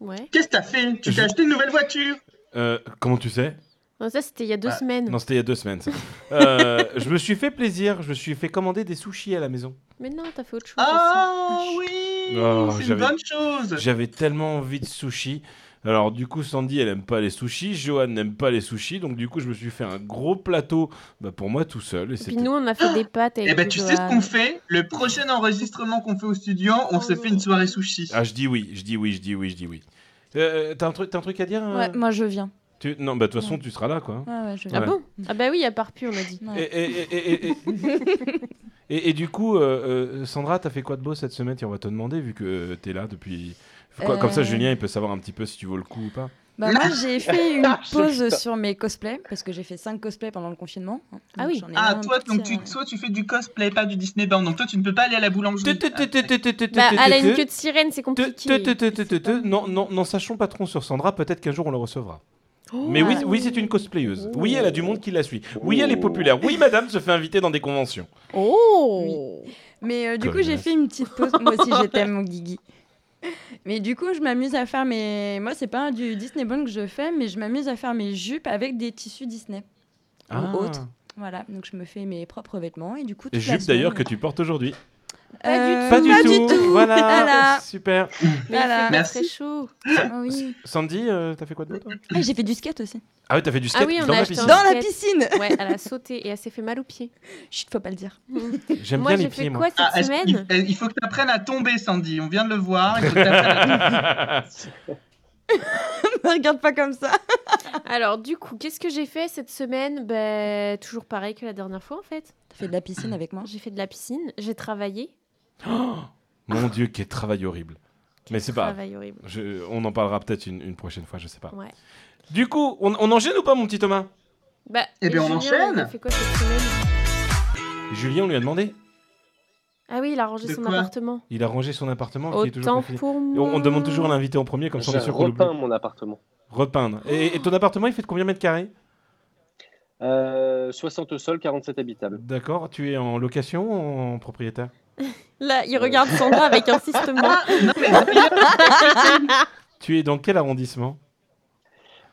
Speaker 5: Ouais.
Speaker 4: Qu'est-ce que t'as fait Tu
Speaker 3: Je-
Speaker 4: t'es acheté une nouvelle voiture
Speaker 3: Euh, comment tu sais
Speaker 5: Non, ça, c'était il y a deux
Speaker 4: Bah,
Speaker 5: semaines.
Speaker 3: Non, c'était il y a deux semaines. ça. Euh, je me suis fait plaisir. Je me suis fait commander des sushis à la maison.
Speaker 5: Mais non, t'as fait autre chose.
Speaker 4: Ah oui,
Speaker 3: Oh,
Speaker 4: c'est une
Speaker 3: j'avais-
Speaker 4: bonne chose.
Speaker 3: J'avais tellement envie de sushis. Alors du coup, Sandy, elle aime pas les sushis. Johan n'aime pas les sushis. Donc du coup, je me suis fait un gros plateau bah, pour moi tout seul. Et
Speaker 5: aussi. Puis
Speaker 3: c'était
Speaker 5: nous, on a fait des pâtes avec
Speaker 4: Eh ben tu sais ce
Speaker 5: Johan.
Speaker 4: qu'on fait Le prochain enregistrement qu'on fait au studio, on se fait une soirée sushi.
Speaker 3: Ah, je dis oui, je dis oui, je dis oui, je dis oui. Euh, t'as un truc, t'as un truc à dire hein
Speaker 6: Ouais, moi je viens.
Speaker 3: Tu- Non, bah de toute façon, tu seras là, quoi.
Speaker 6: Ouais, ouais, je
Speaker 5: Ah
Speaker 6: viens.
Speaker 3: Ouais.
Speaker 5: bon Ah bah oui, à part pu, on a dit.
Speaker 3: Ah, Et,
Speaker 6: Ouais.
Speaker 3: et- et- et- et- et- et du coup, euh, euh, Sandra, t'as fait quoi de beau cette semaine Tiens, On va te demander, vu que euh, t'es là depuis. Quoi, Comme ça,
Speaker 6: Euh.
Speaker 3: Julien, il peut savoir un petit peu si tu vaux le coup ou pas.
Speaker 6: Bah, moi j'ai
Speaker 4: [laughs]
Speaker 6: fait une
Speaker 4: Ah,
Speaker 1: Je
Speaker 6: pause
Speaker 1: sais pas.
Speaker 6: sur mes cosplays parce que j'ai fait 5 cosplays pendant le confinement. hein.
Speaker 5: Ah
Speaker 6: Donc,
Speaker 5: oui.
Speaker 6: j'en ai
Speaker 4: Ah,
Speaker 6: un
Speaker 4: toi,
Speaker 6: petit,
Speaker 4: donc tu,
Speaker 6: euh,
Speaker 4: soit tu fais du cosplay, pas du Disney Burn, donc toi tu ne peux pas aller à la boulangerie.
Speaker 5: Bah, elle a une queue de sirène, c'est compliqué.
Speaker 3: Non, non, non, sachons pas trop sur Sandra, peut-être qu'un jour on la recevra. Mais oui,
Speaker 5: Ah.
Speaker 3: oui, c'est une cosplayeuse. Oui, elle a du monde qui la suit. Oui, elle est
Speaker 1: Oh.
Speaker 3: populaire. Oui, madame se fait inviter dans des conventions.
Speaker 5: Ah. Oh
Speaker 6: Mais euh, du coup,
Speaker 3: Connasse.
Speaker 6: j'ai fait une petite
Speaker 5: [laughs]
Speaker 6: pause. Moi aussi, je t'aime, mon Guigui. Mais du coup, je m'amuse à faire mes. Moi, c'est pas du Disney Bond que je fais, mais je m'amuse à faire mes jupes avec des tissus Disney.
Speaker 3: Ah.
Speaker 6: Ou autre. Voilà, donc je me fais mes propres vêtements et du coup. toute la
Speaker 3: Jupe d'ailleurs que
Speaker 6: semaine-
Speaker 3: tu portes aujourd'hui.
Speaker 5: Pas
Speaker 6: Euh,
Speaker 5: du tout.
Speaker 6: [laughs]
Speaker 3: [laughs] Voilà.
Speaker 6: Voilà.
Speaker 3: Super.
Speaker 5: Mais il
Speaker 6: Voilà.
Speaker 5: fait
Speaker 4: Merci.
Speaker 5: très chaud.
Speaker 6: Ah oui.
Speaker 3: Sandy, euh, t'as fait quoi de beau toi
Speaker 6: Ah, j'ai fait du skate aussi.
Speaker 3: Ah oui, t'as fait du skate
Speaker 5: oui, on
Speaker 3: dans
Speaker 5: a
Speaker 3: la
Speaker 5: acheté
Speaker 3: piscine.
Speaker 5: un-
Speaker 6: Dans la
Speaker 5: skate.
Speaker 6: piscine.
Speaker 5: Ouais, elle a sauté et elle s'est fait mal aux pieds.
Speaker 6: Chut, faut pas le dire. [laughs]
Speaker 3: J'aime
Speaker 5: Moi,
Speaker 3: bien les
Speaker 5: j'ai
Speaker 3: pieds,
Speaker 5: fait
Speaker 3: moi.
Speaker 5: quoi cette
Speaker 4: Ah, est-ce qu'il-
Speaker 5: semaine
Speaker 4: eh, il faut que tu apprennes à tomber, Sandy. On vient de le voir. Il faut que t'apprennes
Speaker 3: Ah,
Speaker 4: à-
Speaker 6: Ne regarde pas comme ça.
Speaker 5: Alors, du coup, qu'est-ce que j'ai fait cette semaine Ben, toujours pareil que la dernière fois, en fait.
Speaker 6: T'as fait de la piscine avec moi
Speaker 5: J'ai fait de la piscine, j'ai travaillé.
Speaker 3: Mon Dieu, quel travail horrible. Mais c'est pas. grave.
Speaker 5: Travail horrible.
Speaker 3: Je- on en parlera peut-être une, une prochaine fois, je sais pas.
Speaker 5: Ouais.
Speaker 3: Du coup, on, on enchaîne ou pas, mon petit Thomas
Speaker 5: Bah,
Speaker 4: Eh bien, on
Speaker 5: Julien,
Speaker 4: enchaîne.
Speaker 5: Il a fait quoi cette semaine
Speaker 3: Julien, on lui a demandé.
Speaker 5: Ah oui, il a rangé
Speaker 4: De
Speaker 5: son
Speaker 4: quoi
Speaker 5: appartement.
Speaker 3: Il a rangé son appartement. qui Oh, est toujours
Speaker 5: Autant
Speaker 3: confiné.
Speaker 5: pour
Speaker 3: Et
Speaker 5: moi.
Speaker 3: on, on demande toujours à l'invité en premier, comme ça on
Speaker 1: J'ai
Speaker 3: est sûr qu'on l'oublie.
Speaker 1: repeint mon appartement.
Speaker 3: Repeindre. Et, et ton appartement, il fait de combien de mètres carrés
Speaker 1: Euh, 60 au sol, 47 habitables.
Speaker 3: D'accord. Tu es en location ou en propriétaire
Speaker 5: Là, il regarde Sandra avec insistement.
Speaker 4: Ah, non, mais d'ailleurs,
Speaker 3: Tu es dans quel arrondissement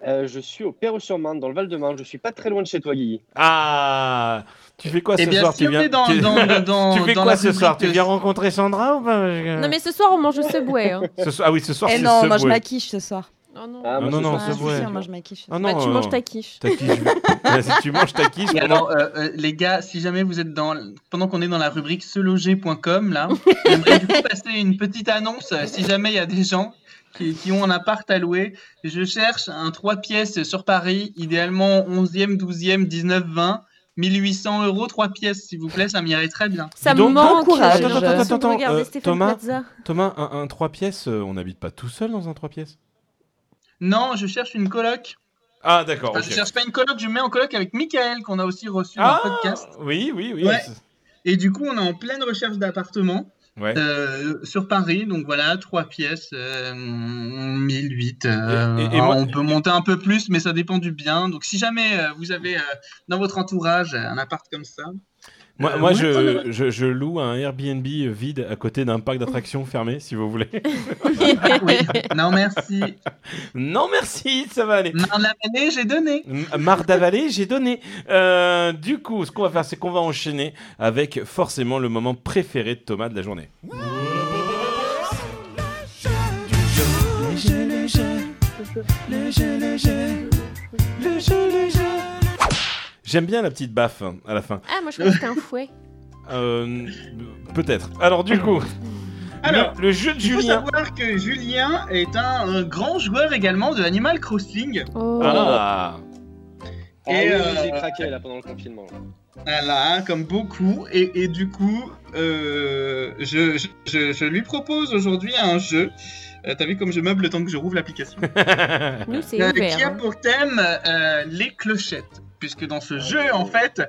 Speaker 1: Euh, je suis au Perreux-sur-Marne, dans le Val-de-Marne. Je suis pas très loin de chez toi, Guigui.
Speaker 3: Ah Tu fais quoi [laughs]
Speaker 4: eh
Speaker 3: ce
Speaker 4: bien,
Speaker 3: soir
Speaker 4: si
Speaker 3: Tu
Speaker 4: on
Speaker 3: viens
Speaker 4: est dans,
Speaker 3: [laughs] tu-
Speaker 4: dans, dans, dans,
Speaker 3: Tu fais
Speaker 4: dans
Speaker 3: quoi
Speaker 4: la
Speaker 3: ce soir
Speaker 4: rubrique
Speaker 3: Tu viens rencontrer Sandra ou pas Parce que-
Speaker 5: Non, mais ce soir, on mange au Subway. hein.
Speaker 3: Ce soir- Ah oui, ce soir
Speaker 6: Eh
Speaker 3: c'est
Speaker 6: non,
Speaker 3: Subway.
Speaker 6: moi je m'acquiche ce soir.
Speaker 5: Oh non.
Speaker 1: Ah,
Speaker 3: Non,
Speaker 1: moi,
Speaker 3: non,
Speaker 1: c'est
Speaker 3: non,
Speaker 1: ça.
Speaker 6: Ah,
Speaker 3: c'est
Speaker 6: si,
Speaker 3: vrai.
Speaker 6: si, on mange ma quiche.
Speaker 3: Ah
Speaker 5: Bah,
Speaker 3: non,
Speaker 5: tu
Speaker 3: euh,
Speaker 5: manges ta quiche.
Speaker 3: ta quiche.
Speaker 5: [laughs]
Speaker 3: Ouais, Bah, si tu manges ta quiche,
Speaker 4: Et
Speaker 3: pendant-
Speaker 4: alors, euh, euh, les gars, si jamais vous êtes dans, pendant qu'on est dans la rubrique seloger.com,
Speaker 5: [laughs]
Speaker 4: là, j'aimerais du coup passer une petite annonce. euh, Si jamais il y a des gens qui, qui ont un appart à louer, je cherche un 3 pièces sur Paris, idéalement 11e, 12e, 19, 20, 1800 euros 3 pièces, s'il vous plaît, ça m'irait très bien.
Speaker 5: Ça
Speaker 3: dis donc,
Speaker 5: me manque.
Speaker 6: bon courage.
Speaker 5: j'ai
Speaker 6: Attends,
Speaker 5: l'impression
Speaker 3: attends,
Speaker 5: de
Speaker 3: attends,
Speaker 5: regarder
Speaker 3: euh,
Speaker 5: Stéphane
Speaker 3: Thomas. [laughs]
Speaker 5: Plaza.
Speaker 3: Thomas, un, un 3 pièces, euh, on n'habite pas tout seul dans un 3 pièces
Speaker 4: Non, je cherche une coloc.
Speaker 3: Ah, d'accord.
Speaker 4: Enfin,
Speaker 3: ok.
Speaker 4: Bah, Je cherche pas une coloc, je mets en coloc avec Michael, qu'on a aussi reçu
Speaker 3: Ah
Speaker 4: dans le podcast.
Speaker 3: Oui, oui, oui.
Speaker 4: Ouais.
Speaker 3: c'est-
Speaker 4: Et du coup, on est en pleine recherche d'appartement.
Speaker 3: ouais.
Speaker 4: Euh, sur Paris, donc voilà, trois pièces, euh, 1008. euh,
Speaker 3: Et- et- et
Speaker 4: hein,
Speaker 3: moi-
Speaker 4: On peut monter un peu plus, mais ça dépend du bien. Donc si jamais euh, vous avez euh, dans votre entourage euh, un appart comme ça,
Speaker 3: Moi,
Speaker 4: Euh,
Speaker 3: moi,
Speaker 4: ouais,
Speaker 3: je,
Speaker 4: non,
Speaker 3: je, je loue un Airbnb vide à côté d'un parc d'attractions fermé, si vous
Speaker 4: [laughs]
Speaker 3: voulez.
Speaker 4: oui. non merci.
Speaker 3: non, merci, ça va aller.
Speaker 4: Non, la monnaie, j'ai donné.
Speaker 3: M- Marre d'avaler, j'ai donné. Euh, du coup, ce qu'on va faire, c'est qu'on va enchaîner avec forcément le moment préféré de Thomas de la journée. J'aime bien la petite baffe hein, à la fin.
Speaker 5: Ah, moi je crois que c'était un fouet.
Speaker 3: Euh, Peut-être. Alors, du coup,
Speaker 4: Alors,
Speaker 3: le, le jeu de
Speaker 4: il faut
Speaker 3: Julien.
Speaker 4: savoir que Julien est un, euh, grand joueur également de Animal Crossing.
Speaker 5: Oh.
Speaker 3: Ah, [laughs]
Speaker 1: Ah
Speaker 4: Et,
Speaker 1: oui,
Speaker 4: euh,
Speaker 1: j'ai craqué là pendant le confinement.
Speaker 4: Voilà, hein, comme beaucoup. Et, et du coup, euh, je, je- je- je lui propose aujourd'hui un jeu. Euh, T'as vu comme je meuble le temps que je rouvre l'application
Speaker 5: Nous c'est
Speaker 4: Euh,
Speaker 5: ouvert.
Speaker 4: qui a
Speaker 5: hein.
Speaker 4: pour thème euh, les clochettes. Puisque dans ce jeu, en fait,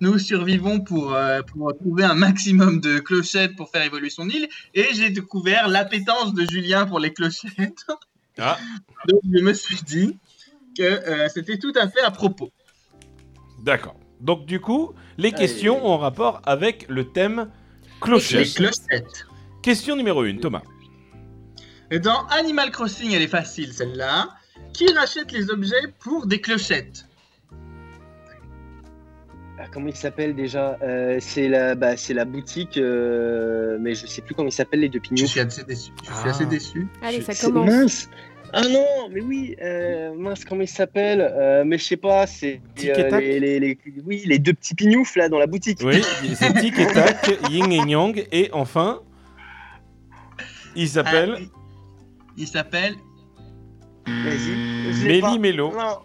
Speaker 4: nous survivons pour, euh, pour trouver un maximum de clochettes pour faire évoluer son île. Et j'ai découvert l'appétence de Julien pour les clochettes.
Speaker 3: Ah.
Speaker 4: Donc je me suis dit que euh, c'était tout à fait à propos.
Speaker 3: D'accord. Donc du coup, les
Speaker 1: Allez.
Speaker 3: questions ont rapport avec le thème
Speaker 4: Les
Speaker 3: clochette.
Speaker 4: clochettes.
Speaker 3: Question numéro 1, Thomas.
Speaker 4: Dans Animal Crossing, elle est facile celle-là. Qui rachète les objets pour des clochettes
Speaker 1: Ah, comment il s'appelle déjà Euh, C'est la, bah, c'est la boutique, euh, mais je sais plus comment il s'appelle les deux
Speaker 4: Je
Speaker 1: pignons.
Speaker 4: suis assez déçu. Je suis
Speaker 3: Ah.
Speaker 4: assez déçu.
Speaker 5: Allez, ça
Speaker 1: C'est-
Speaker 5: commence.
Speaker 1: Mince Ah non, mais oui, euh, mince, comment il s'appelle Euh, Mais je sais pas, c'est euh,
Speaker 3: Tic et tac
Speaker 1: les, les- les- oui, les deux petits pignoufs là dans la boutique.
Speaker 3: Oui, c'est tic et tac, yin et yang, et enfin, il
Speaker 4: Ah,
Speaker 3: s'appelle
Speaker 4: il- il s'appelle
Speaker 1: Vas-y. je l'ai
Speaker 3: Méli
Speaker 1: pas.
Speaker 3: Mélo.
Speaker 1: Non.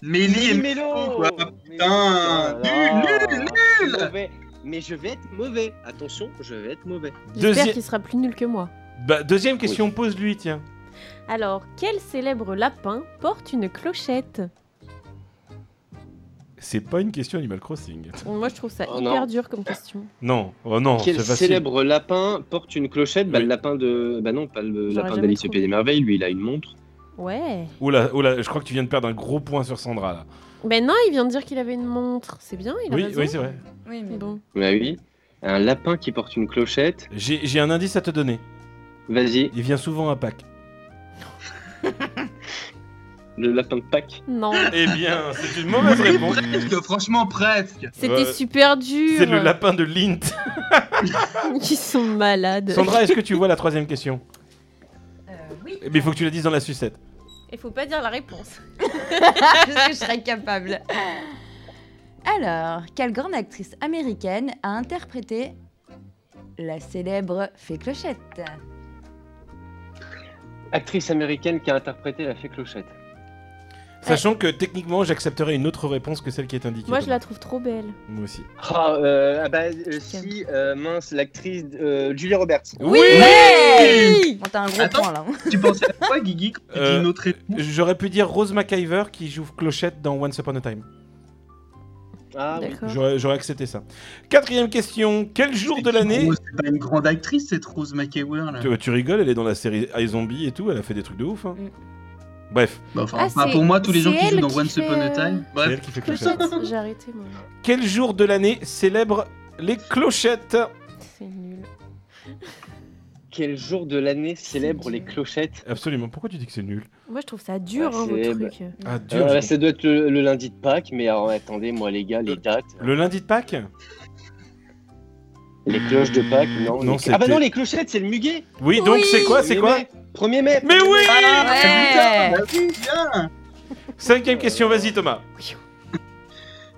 Speaker 4: Mélie et
Speaker 1: Mélo.
Speaker 4: quoi. Putain,
Speaker 1: Mais-
Speaker 4: nul, nul, nul.
Speaker 1: Mauvais. Mais je vais être mauvais. Attention, je vais être mauvais.
Speaker 5: J'espère
Speaker 3: Deuxième-
Speaker 5: qu'il sera plus nul que moi.
Speaker 3: bah, deuxième question, pose-lui, tiens.
Speaker 5: Alors, quel célèbre lapin porte une clochette
Speaker 3: C'est pas une question Animal Crossing.
Speaker 5: Moi je trouve ça
Speaker 1: Oh,
Speaker 5: hyper
Speaker 1: non.
Speaker 5: dur comme question.
Speaker 3: Non, oh non, c'est
Speaker 1: Quel
Speaker 3: facile.
Speaker 1: célèbre lapin porte une clochette bah,
Speaker 3: Oui.
Speaker 1: Le lapin de. Bah non, pas le
Speaker 5: J'aurais
Speaker 1: lapin
Speaker 5: jamais
Speaker 1: d'Alice au Pays des Merveilles, lui il a une montre.
Speaker 5: Ouais.
Speaker 3: Oula, oula, je crois que tu viens de perdre un gros point sur Sandra, là.
Speaker 5: Ben non, il vient de dire qu'il avait une montre. C'est bien, il a
Speaker 3: Oui,
Speaker 5: raison.
Speaker 3: oui, c'est vrai.
Speaker 6: Oui, mais bon.
Speaker 5: Bon.
Speaker 1: Bah oui. Un lapin qui porte une clochette.
Speaker 3: J'ai j'ai un indice à te donner.
Speaker 1: Vas-y,
Speaker 3: Il vient souvent à Pâques.
Speaker 1: le lapin de Pâques.
Speaker 5: Non.
Speaker 3: Eh bien, c'est une
Speaker 4: Oui,
Speaker 3: mauvaise réponse.
Speaker 5: [laughs]
Speaker 4: presque, franchement presque.
Speaker 5: C'était
Speaker 3: Ouais.
Speaker 5: super dur.
Speaker 3: Euh, C'est le lapin de Lint.
Speaker 5: [laughs] Ils sont malades.
Speaker 3: Sandra, est-ce que tu vois la troisième question
Speaker 6: Euh, oui.
Speaker 3: Mais il faut que tu la dises dans la sucette.
Speaker 5: Il faut pas dire la réponse.
Speaker 6: Parce que [laughs] je serais capable. Alors, quelle grande actrice américaine a interprété la célèbre Fée Clochette
Speaker 1: Actrice américaine qui a interprété la fée clochette.
Speaker 3: Sachant que techniquement, j'accepterais une autre réponse que celle qui est indiquée.
Speaker 5: Moi je la trouve trop belle.
Speaker 3: Moi aussi.
Speaker 1: Ah, euh, ah bah euh, si, euh, mince, l'actrice euh, Julia Roberts.
Speaker 3: Oui,
Speaker 6: Bon, t'as un gros
Speaker 3: [laughs]
Speaker 4: Attends.
Speaker 6: point là.
Speaker 4: Tu pensais à quoi, Guigui quand tu dis
Speaker 3: Euh,
Speaker 4: une autre réponse
Speaker 3: J'aurais pu dire Rose McIver qui joue Clochette dans Once Upon a Time.
Speaker 1: Ah oui.
Speaker 5: D'accord.
Speaker 3: J'aurais j'aurais accepté ça. Quatrième question. Quel jour de l'année
Speaker 4: Oh, C'est pas une grande actrice, cette Rose McEwer là.
Speaker 3: tu, tu rigoles, elle est dans la série iZombie et tout, elle a fait des trucs de ouf. hein.
Speaker 6: Mm.
Speaker 3: Bref,
Speaker 4: Bah, enfin,
Speaker 5: Ah,
Speaker 4: enfin,
Speaker 5: c'est-
Speaker 4: pour moi, tous les gens
Speaker 5: c'est
Speaker 4: qui jouent
Speaker 5: elle
Speaker 4: dans
Speaker 5: qui
Speaker 4: Once
Speaker 5: fait,
Speaker 4: Upon a
Speaker 5: euh,
Speaker 4: Time.
Speaker 3: c'est
Speaker 4: Bref,
Speaker 3: elle qui fait Clochette.
Speaker 5: Clochette, j'ai arrêté moi.
Speaker 3: Quel jour de l'année célèbre les clochettes
Speaker 5: C'est nul.
Speaker 1: Quel jour de l'année célèbre les clochettes
Speaker 3: Absolument, pourquoi tu dis que c'est nul
Speaker 5: Moi je trouve ça dur
Speaker 1: Ouais, c'est-
Speaker 5: hein, vos trucs.
Speaker 1: [laughs]
Speaker 3: Ah,
Speaker 1: Euh, bah,
Speaker 3: dur. je comprends.
Speaker 1: Ça doit être le, le lundi de Pâques, mais alors, attendez, moi les gars, les dates.
Speaker 3: Le lundi de Pâques
Speaker 1: Les cloches de Pâques, non.
Speaker 3: Non,
Speaker 1: les- Ah bah
Speaker 3: c'était-
Speaker 1: non, les clochettes, c'est le muguet.
Speaker 3: Oui, donc
Speaker 5: Oui.
Speaker 3: c'est quoi C'est
Speaker 1: 1er
Speaker 3: quoi
Speaker 1: mai. 1er mai.
Speaker 3: Mais oui
Speaker 4: Ah,
Speaker 5: Ouais.
Speaker 4: Bah, Bien.
Speaker 3: Cinquième question, vas-y Thomas.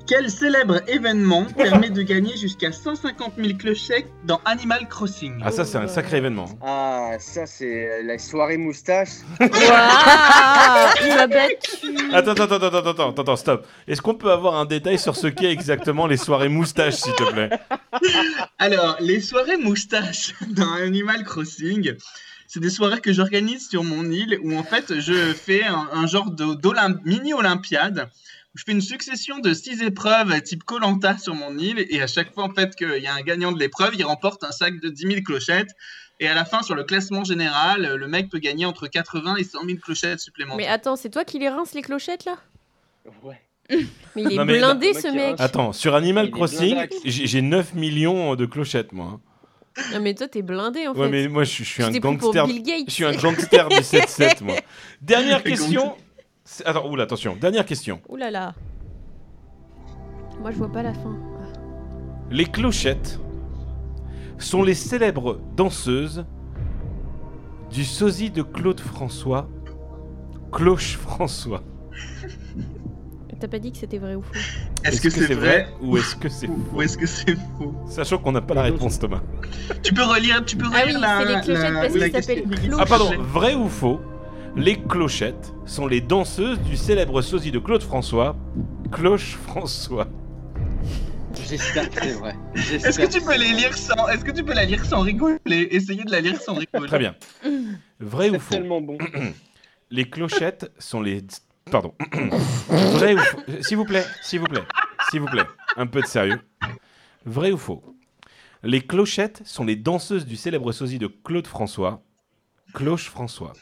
Speaker 4: Quel célèbre événement permet de gagner jusqu'à 150 000 clochettes dans Animal Crossing
Speaker 3: Ah ça c'est un sacré événement.
Speaker 1: Ah, ça, c'est la soirée moustache.
Speaker 5: Waouh Il m'a battu
Speaker 3: Attends, attends, attends, attends, attends, attends, stop. Est-ce qu'on peut avoir un détail sur ce qu'est exactement les soirées moustaches, s'il te plaît
Speaker 4: Alors, les soirées moustaches [laughs] dans Animal Crossing, c'est des soirées que j'organise sur mon île où en fait je fais un, un genre de d'olym- mini-olympiade. où Je fais une succession de six épreuves type Colanta sur mon île et à chaque fois en fait qu'il y a un gagnant de l'épreuve, il remporte un sac de 10 000 clochettes. Et à la fin, sur le classement général, le mec peut gagner entre 80 et 100 000 clochettes
Speaker 5: Mais
Speaker 4: supplémentaires.
Speaker 5: attends, c'est toi qui les rince les clochettes là
Speaker 1: Ouais.
Speaker 5: Mais il est
Speaker 3: Non, mais-
Speaker 5: blindé
Speaker 1: non,
Speaker 5: ce
Speaker 1: mais-
Speaker 5: mec
Speaker 3: Attends, sur
Speaker 1: Il
Speaker 3: Animal
Speaker 1: est
Speaker 3: Crossing,
Speaker 1: blindax.
Speaker 3: j'ai j'ai 9 millions de clochettes, moi.
Speaker 5: Non mais toi t'es blindé en
Speaker 3: Ouais,
Speaker 5: fait
Speaker 3: mais moi, je, je suis un
Speaker 5: C'était pour-
Speaker 3: gangster.
Speaker 5: pour Bill Gates
Speaker 3: Je suis un gangster du 7-7, moi. Dernière
Speaker 4: Le
Speaker 3: question. C'est- Attends, oula, attention. Dernière question.
Speaker 5: Ouh là là Moi je vois pas la fin
Speaker 3: Les clochettes sont les célèbres danseuses du sosie de Claude François, Cloche François.
Speaker 5: T'as pas dit que c'était vrai ou faux
Speaker 4: Est-ce que c'est vrai,
Speaker 3: ou est-ce que c'est
Speaker 4: ou est-ce que c'est faux
Speaker 3: Sachant qu'on n'a pas la réponse, Thomas.
Speaker 4: Tu peux relire, tu peux
Speaker 5: Ah
Speaker 4: relire
Speaker 5: oui,
Speaker 4: la.
Speaker 5: c'est les clochettes
Speaker 4: la-
Speaker 5: parce
Speaker 4: la
Speaker 5: qu'ils s'appellent
Speaker 4: question.
Speaker 5: cloches.
Speaker 3: Ah pardon, vrai ou faux Les clochettes sont les danseuses du célèbre sosie de Claude François, Cloche François.
Speaker 1: J'espère que c'est vrai. J'espère
Speaker 4: Est-ce que tu peux
Speaker 1: c'est
Speaker 4: les
Speaker 1: vrai.
Speaker 4: lire sans Est-ce que tu peux la lire sans rigoler Essayer de la lire sans rigoler.
Speaker 3: Très bien. Vrai ou
Speaker 1: C'est
Speaker 3: faux
Speaker 1: tellement bon.
Speaker 3: Les clochettes sont les... Pardon. [coughs] vrai ou faux S'il vous plaît, s'il vous plaît, s'il vous plaît. Un peu de sérieux. Vrai ou faux Les clochettes sont les danseuses du célèbre sosie de Claude François, Cloche François.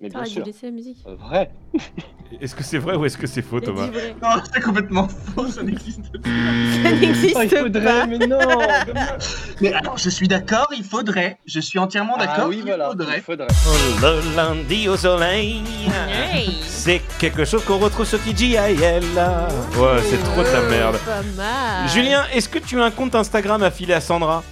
Speaker 1: Mais bien
Speaker 5: T'aurais dû
Speaker 1: sûr.
Speaker 5: laisser la musique
Speaker 1: Euh, Vrai.
Speaker 3: Est-ce que c'est vrai ou est-ce que c'est faux,
Speaker 5: Il dit
Speaker 3: Oh, Thomas [laughs]
Speaker 5: vrai
Speaker 4: Non, c'est complètement faux, ça n'existe pas.
Speaker 5: Ça
Speaker 1: Oh, il
Speaker 5: n'existe
Speaker 1: faudrait, Ah,
Speaker 5: pas
Speaker 1: mais non dommage.
Speaker 4: Mais alors, je suis d'accord, il faudrait. Je suis entièrement d'accord,
Speaker 1: Ah oui,
Speaker 4: il
Speaker 1: voilà. Il
Speaker 4: faudrait.
Speaker 1: faudrait.
Speaker 3: Le lundi au soleil
Speaker 5: Hey.
Speaker 3: C'est quelque chose qu'on retrouve sur TGIL. Ouais, c'est trop de la
Speaker 5: Oh,
Speaker 3: merde.
Speaker 5: Pas mal
Speaker 3: Julien, est-ce que tu as un compte Instagram à filer à Sandra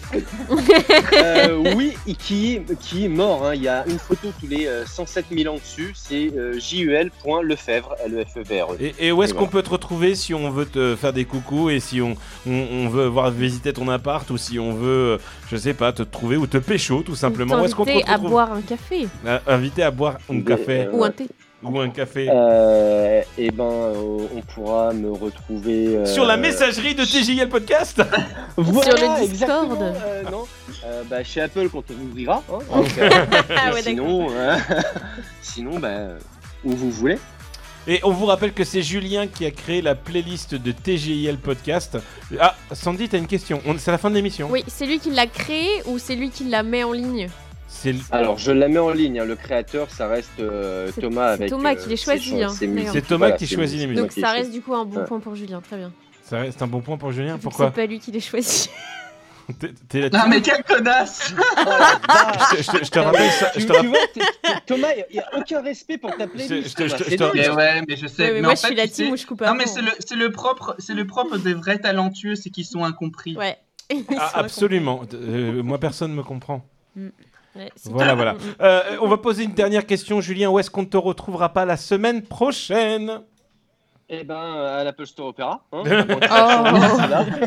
Speaker 1: Euh, oui, et qui, est- qui est mort. hein. Il y a une photo tous les euh, 107 000 ans dessus. C'est euh, jul.lefebvre, L-E-F-E-V-R-E.
Speaker 3: Et, et où est-ce
Speaker 1: Et
Speaker 3: qu'on peut te retrouver si on veut te faire des coucous et si on, on, on veut voir visiter ton appart ou si on veut, euh, je sais pas, te trouver ou te pécho tout simplement Où est-ce qu'on peut te
Speaker 5: T'inviter à
Speaker 3: retrouver
Speaker 5: boire un café
Speaker 3: Euh, Invité à boire un
Speaker 1: Des-
Speaker 3: café
Speaker 1: euh,
Speaker 5: ou un thé.
Speaker 3: ou un café
Speaker 1: Euh, et ben, euh, on pourra me retrouver euh,
Speaker 3: sur la messagerie de TJL Podcast
Speaker 1: voilà,
Speaker 5: Sur le Discord.
Speaker 1: exactement, euh, non, Euh, bah, chez Apple quand on ouvrira.
Speaker 5: [laughs]
Speaker 1: hein. Donc, euh,
Speaker 5: Ah
Speaker 1: mais
Speaker 5: ouais, d'accord.
Speaker 1: sinon, euh, [laughs] sinon, bah, euh, où vous voulez.
Speaker 3: Et on vous rappelle que c'est Julien qui a créé la playlist de TGIL Podcast. Ah, Sandy, t'as une question. On- C'est la fin de l'émission.
Speaker 5: Oui, c'est lui qui l'a créé ou c'est lui qui la met en ligne
Speaker 3: C'est le-
Speaker 1: Alors, je la mets en ligne. hein. Le créateur, ça reste euh,
Speaker 5: C'est-
Speaker 1: Thomas
Speaker 5: c'est
Speaker 1: avec.
Speaker 5: Thomas qui les choisit,
Speaker 1: ses-
Speaker 5: hein,
Speaker 1: ses musiques.
Speaker 5: d'ailleurs.
Speaker 3: C'est Thomas
Speaker 1: Voilà,
Speaker 3: qui
Speaker 1: ses
Speaker 3: choisit les
Speaker 1: musiques.
Speaker 3: musiques.
Speaker 5: Donc
Speaker 1: qui
Speaker 5: ça
Speaker 1: les
Speaker 5: reste du coup un bon
Speaker 1: Ouais.
Speaker 5: point pour Julien, très bien.
Speaker 3: Ça reste un bon point pour Julien.
Speaker 5: Vu que
Speaker 3: Pourquoi
Speaker 5: C'est pas lui qui les choisit.
Speaker 3: T'es- t'es là-
Speaker 4: Non, mais quelle
Speaker 1: [laughs]
Speaker 4: connasse
Speaker 1: choisit. Oh, la vache.
Speaker 6: Ah.
Speaker 3: je, te- je te rappelle ça.
Speaker 1: Tu,
Speaker 3: Je
Speaker 1: tu
Speaker 6: [laughs]
Speaker 3: te rappelle-
Speaker 1: vois, t'es- t'es- Thomas, il n'y a aucun respect pour ta playlist.
Speaker 3: Je te- je te-
Speaker 1: Thomas,
Speaker 3: je
Speaker 1: c'est
Speaker 3: te-
Speaker 1: dingue.
Speaker 4: Mais ouais, mais je sais.
Speaker 5: [laughs] Ouais, mais
Speaker 4: mais
Speaker 5: moi
Speaker 4: en
Speaker 5: je
Speaker 4: fait,
Speaker 5: suis la
Speaker 4: tu sais-
Speaker 5: team où je coupe
Speaker 4: Non,
Speaker 5: avant.
Speaker 4: mais c'est le, c'est le propre, c'est le propre des vrais talentueux, c'est qu'ils sont incompris.
Speaker 5: Ouais. [laughs] Ils
Speaker 3: Ah,
Speaker 5: sont
Speaker 3: absolument. Euh, moi, personne me
Speaker 6: [laughs]
Speaker 3: comprend.
Speaker 5: incons- ouais, c'est
Speaker 3: Voilà,
Speaker 5: clair.
Speaker 3: voilà.
Speaker 5: Mm, mm.
Speaker 3: Euh, on va poser une dernière question, Julien. Où est-ce qu'on ne te retrouvera pas la semaine prochaine
Speaker 1: Eh ben, à l'Apple Store Opera. hein.
Speaker 3: [laughs] Ah,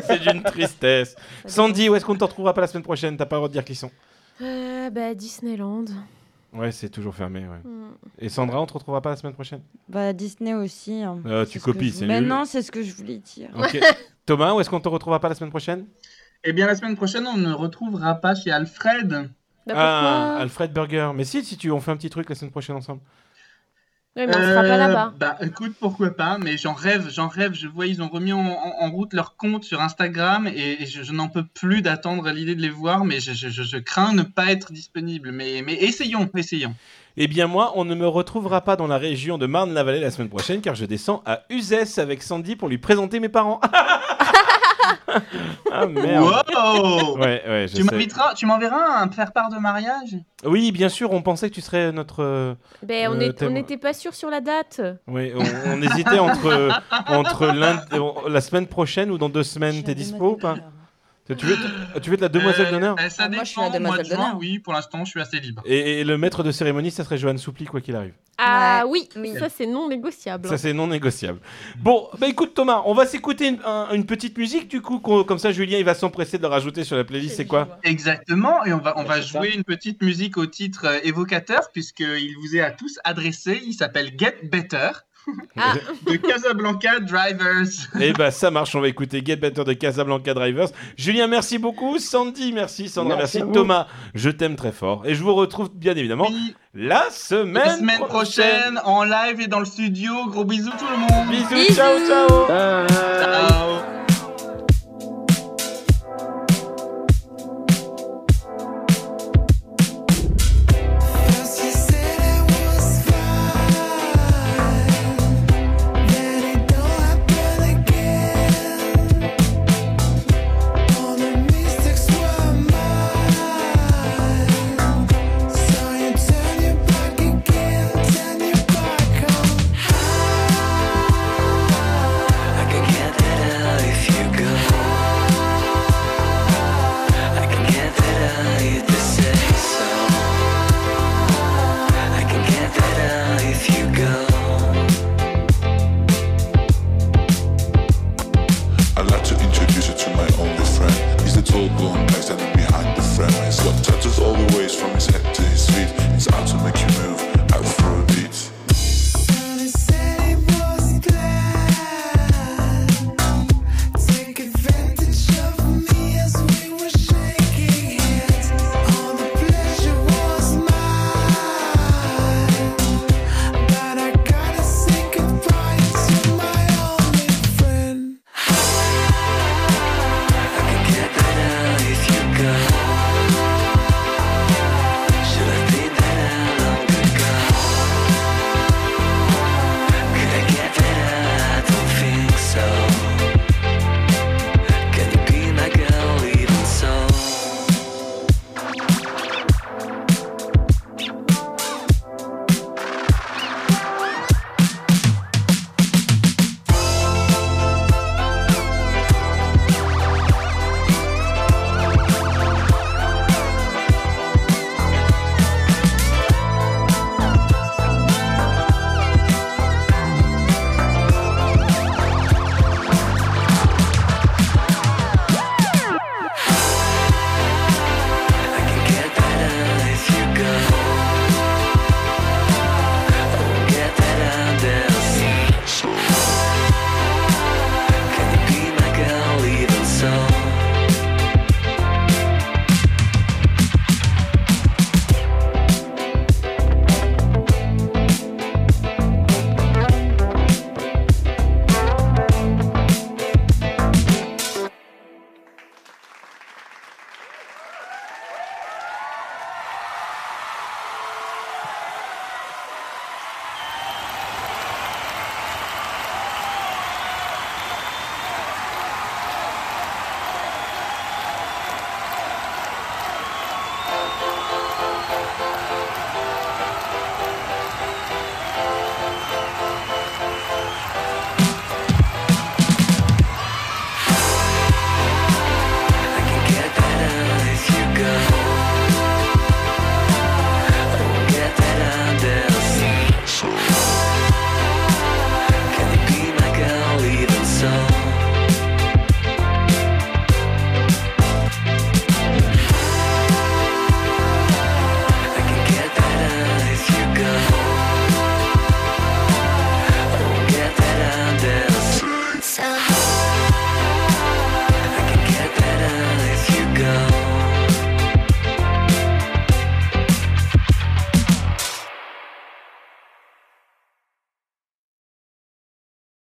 Speaker 3: C'est d'une tristesse.
Speaker 5: dépend.
Speaker 3: Sandy, où est-ce qu'on ne te retrouvera pas la semaine prochaine T'as pas le droit de dire qui sont.
Speaker 5: Euh, bah Disneyland.
Speaker 3: Ouais, c'est toujours fermé. ouais.
Speaker 5: Mm.
Speaker 3: Et Sandra, on te retrouvera pas la semaine prochaine
Speaker 6: Bah, Disney aussi. hein.
Speaker 3: Euh,
Speaker 6: C'est
Speaker 3: Tu
Speaker 6: ce que
Speaker 3: copies,
Speaker 6: je-
Speaker 3: c'est
Speaker 6: Mais
Speaker 3: nul.
Speaker 6: non, c'est ce que je voulais dire.
Speaker 5: [laughs]
Speaker 3: Ok. Thomas, où est-ce qu'on te retrouvera pas la semaine prochaine
Speaker 4: Eh bien, la semaine prochaine, on ne retrouvera pas chez Alfred.
Speaker 5: Bah
Speaker 3: Ah,
Speaker 5: pourquoi
Speaker 3: Alfred Burger. Mais si, si tu, on fait un petit truc la semaine prochaine ensemble.
Speaker 5: Ouais, mais on sera pas
Speaker 4: Euh,
Speaker 5: là-bas.
Speaker 4: Bah écoute, pourquoi pas, mais j'en rêve, j'en rêve. Je vois, ils ont remis en, en- en route leur compte sur Instagram et, et je, je n'en peux plus d'attendre l'idée de les voir, mais je, je- je- je crains ne pas être disponible. Mais, mais essayons, essayons.
Speaker 3: Eh bien moi, on ne me retrouvera pas dans la région de Marne-la-Vallée la semaine prochaine car je descends à Uzès avec Sandy pour lui présenter mes parents. [laughs] ah merde. [laughs]
Speaker 4: Wow
Speaker 3: Ouais, ouais, je sais.
Speaker 4: Tu m'inviteras, tu m'enverras un faire-part de mariage
Speaker 3: Oui, bien sûr, on pensait que tu serais notre... euh,
Speaker 5: Ben on
Speaker 3: Euh,
Speaker 5: est- on
Speaker 3: t'aimes-
Speaker 5: n'était pas sûr sur la date.
Speaker 3: Oui, on, on
Speaker 4: [laughs]
Speaker 3: hésitait entre, entre lundi- la semaine prochaine ou dans deux semaines. T'es dispo ou pas Tu veux, être- tu veux être la demoiselle
Speaker 4: Euh,
Speaker 3: d'honneur
Speaker 4: euh, ça
Speaker 6: Ah, moi, je suis
Speaker 4: dépend. Mois
Speaker 6: la
Speaker 4: de
Speaker 6: demoiselle
Speaker 4: juin,
Speaker 6: d'honneur.
Speaker 4: Oui, pour l'instant, je suis assez libre.
Speaker 3: et, et le maître de cérémonie, ça serait Johan Soupli, quoi qu'il arrive.
Speaker 5: Ah oui,
Speaker 6: oui.
Speaker 5: ça c'est non négociable.
Speaker 3: Ça, c'est non négociable. Bon, bah écoute, Thomas, on va s'écouter une, un- une petite musique, du coup, qu'on- comme ça, Julien, il va s'empresser de le rajouter sur la playlist. C'est quoi
Speaker 4: Exactement, et on va, on
Speaker 1: Ouais,
Speaker 4: va
Speaker 1: c'est ça.
Speaker 4: jouer une petite musique au titre euh, évocateur, puisqu'il vous est à tous adressé. Il s'appelle Get Better
Speaker 5: Ah.
Speaker 6: [laughs]
Speaker 4: de Casablanca Drivers.
Speaker 3: Eh bah, ça marche, on va écouter Get Better de Casablanca Drivers. Julien, merci beaucoup. Sandy, merci. Sandra,
Speaker 1: Merci
Speaker 3: merci.
Speaker 1: à vous.
Speaker 3: Thomas, je t'aime très fort. Et je vous retrouve, bien évidemment,
Speaker 4: Oui,
Speaker 3: la semaine,
Speaker 4: la semaine prochaine, en live et dans le studio. Gros bisous tout le monde.
Speaker 3: Bisous,
Speaker 5: Bisous.
Speaker 3: ciao, ciao
Speaker 1: Bye.
Speaker 4: Ciao.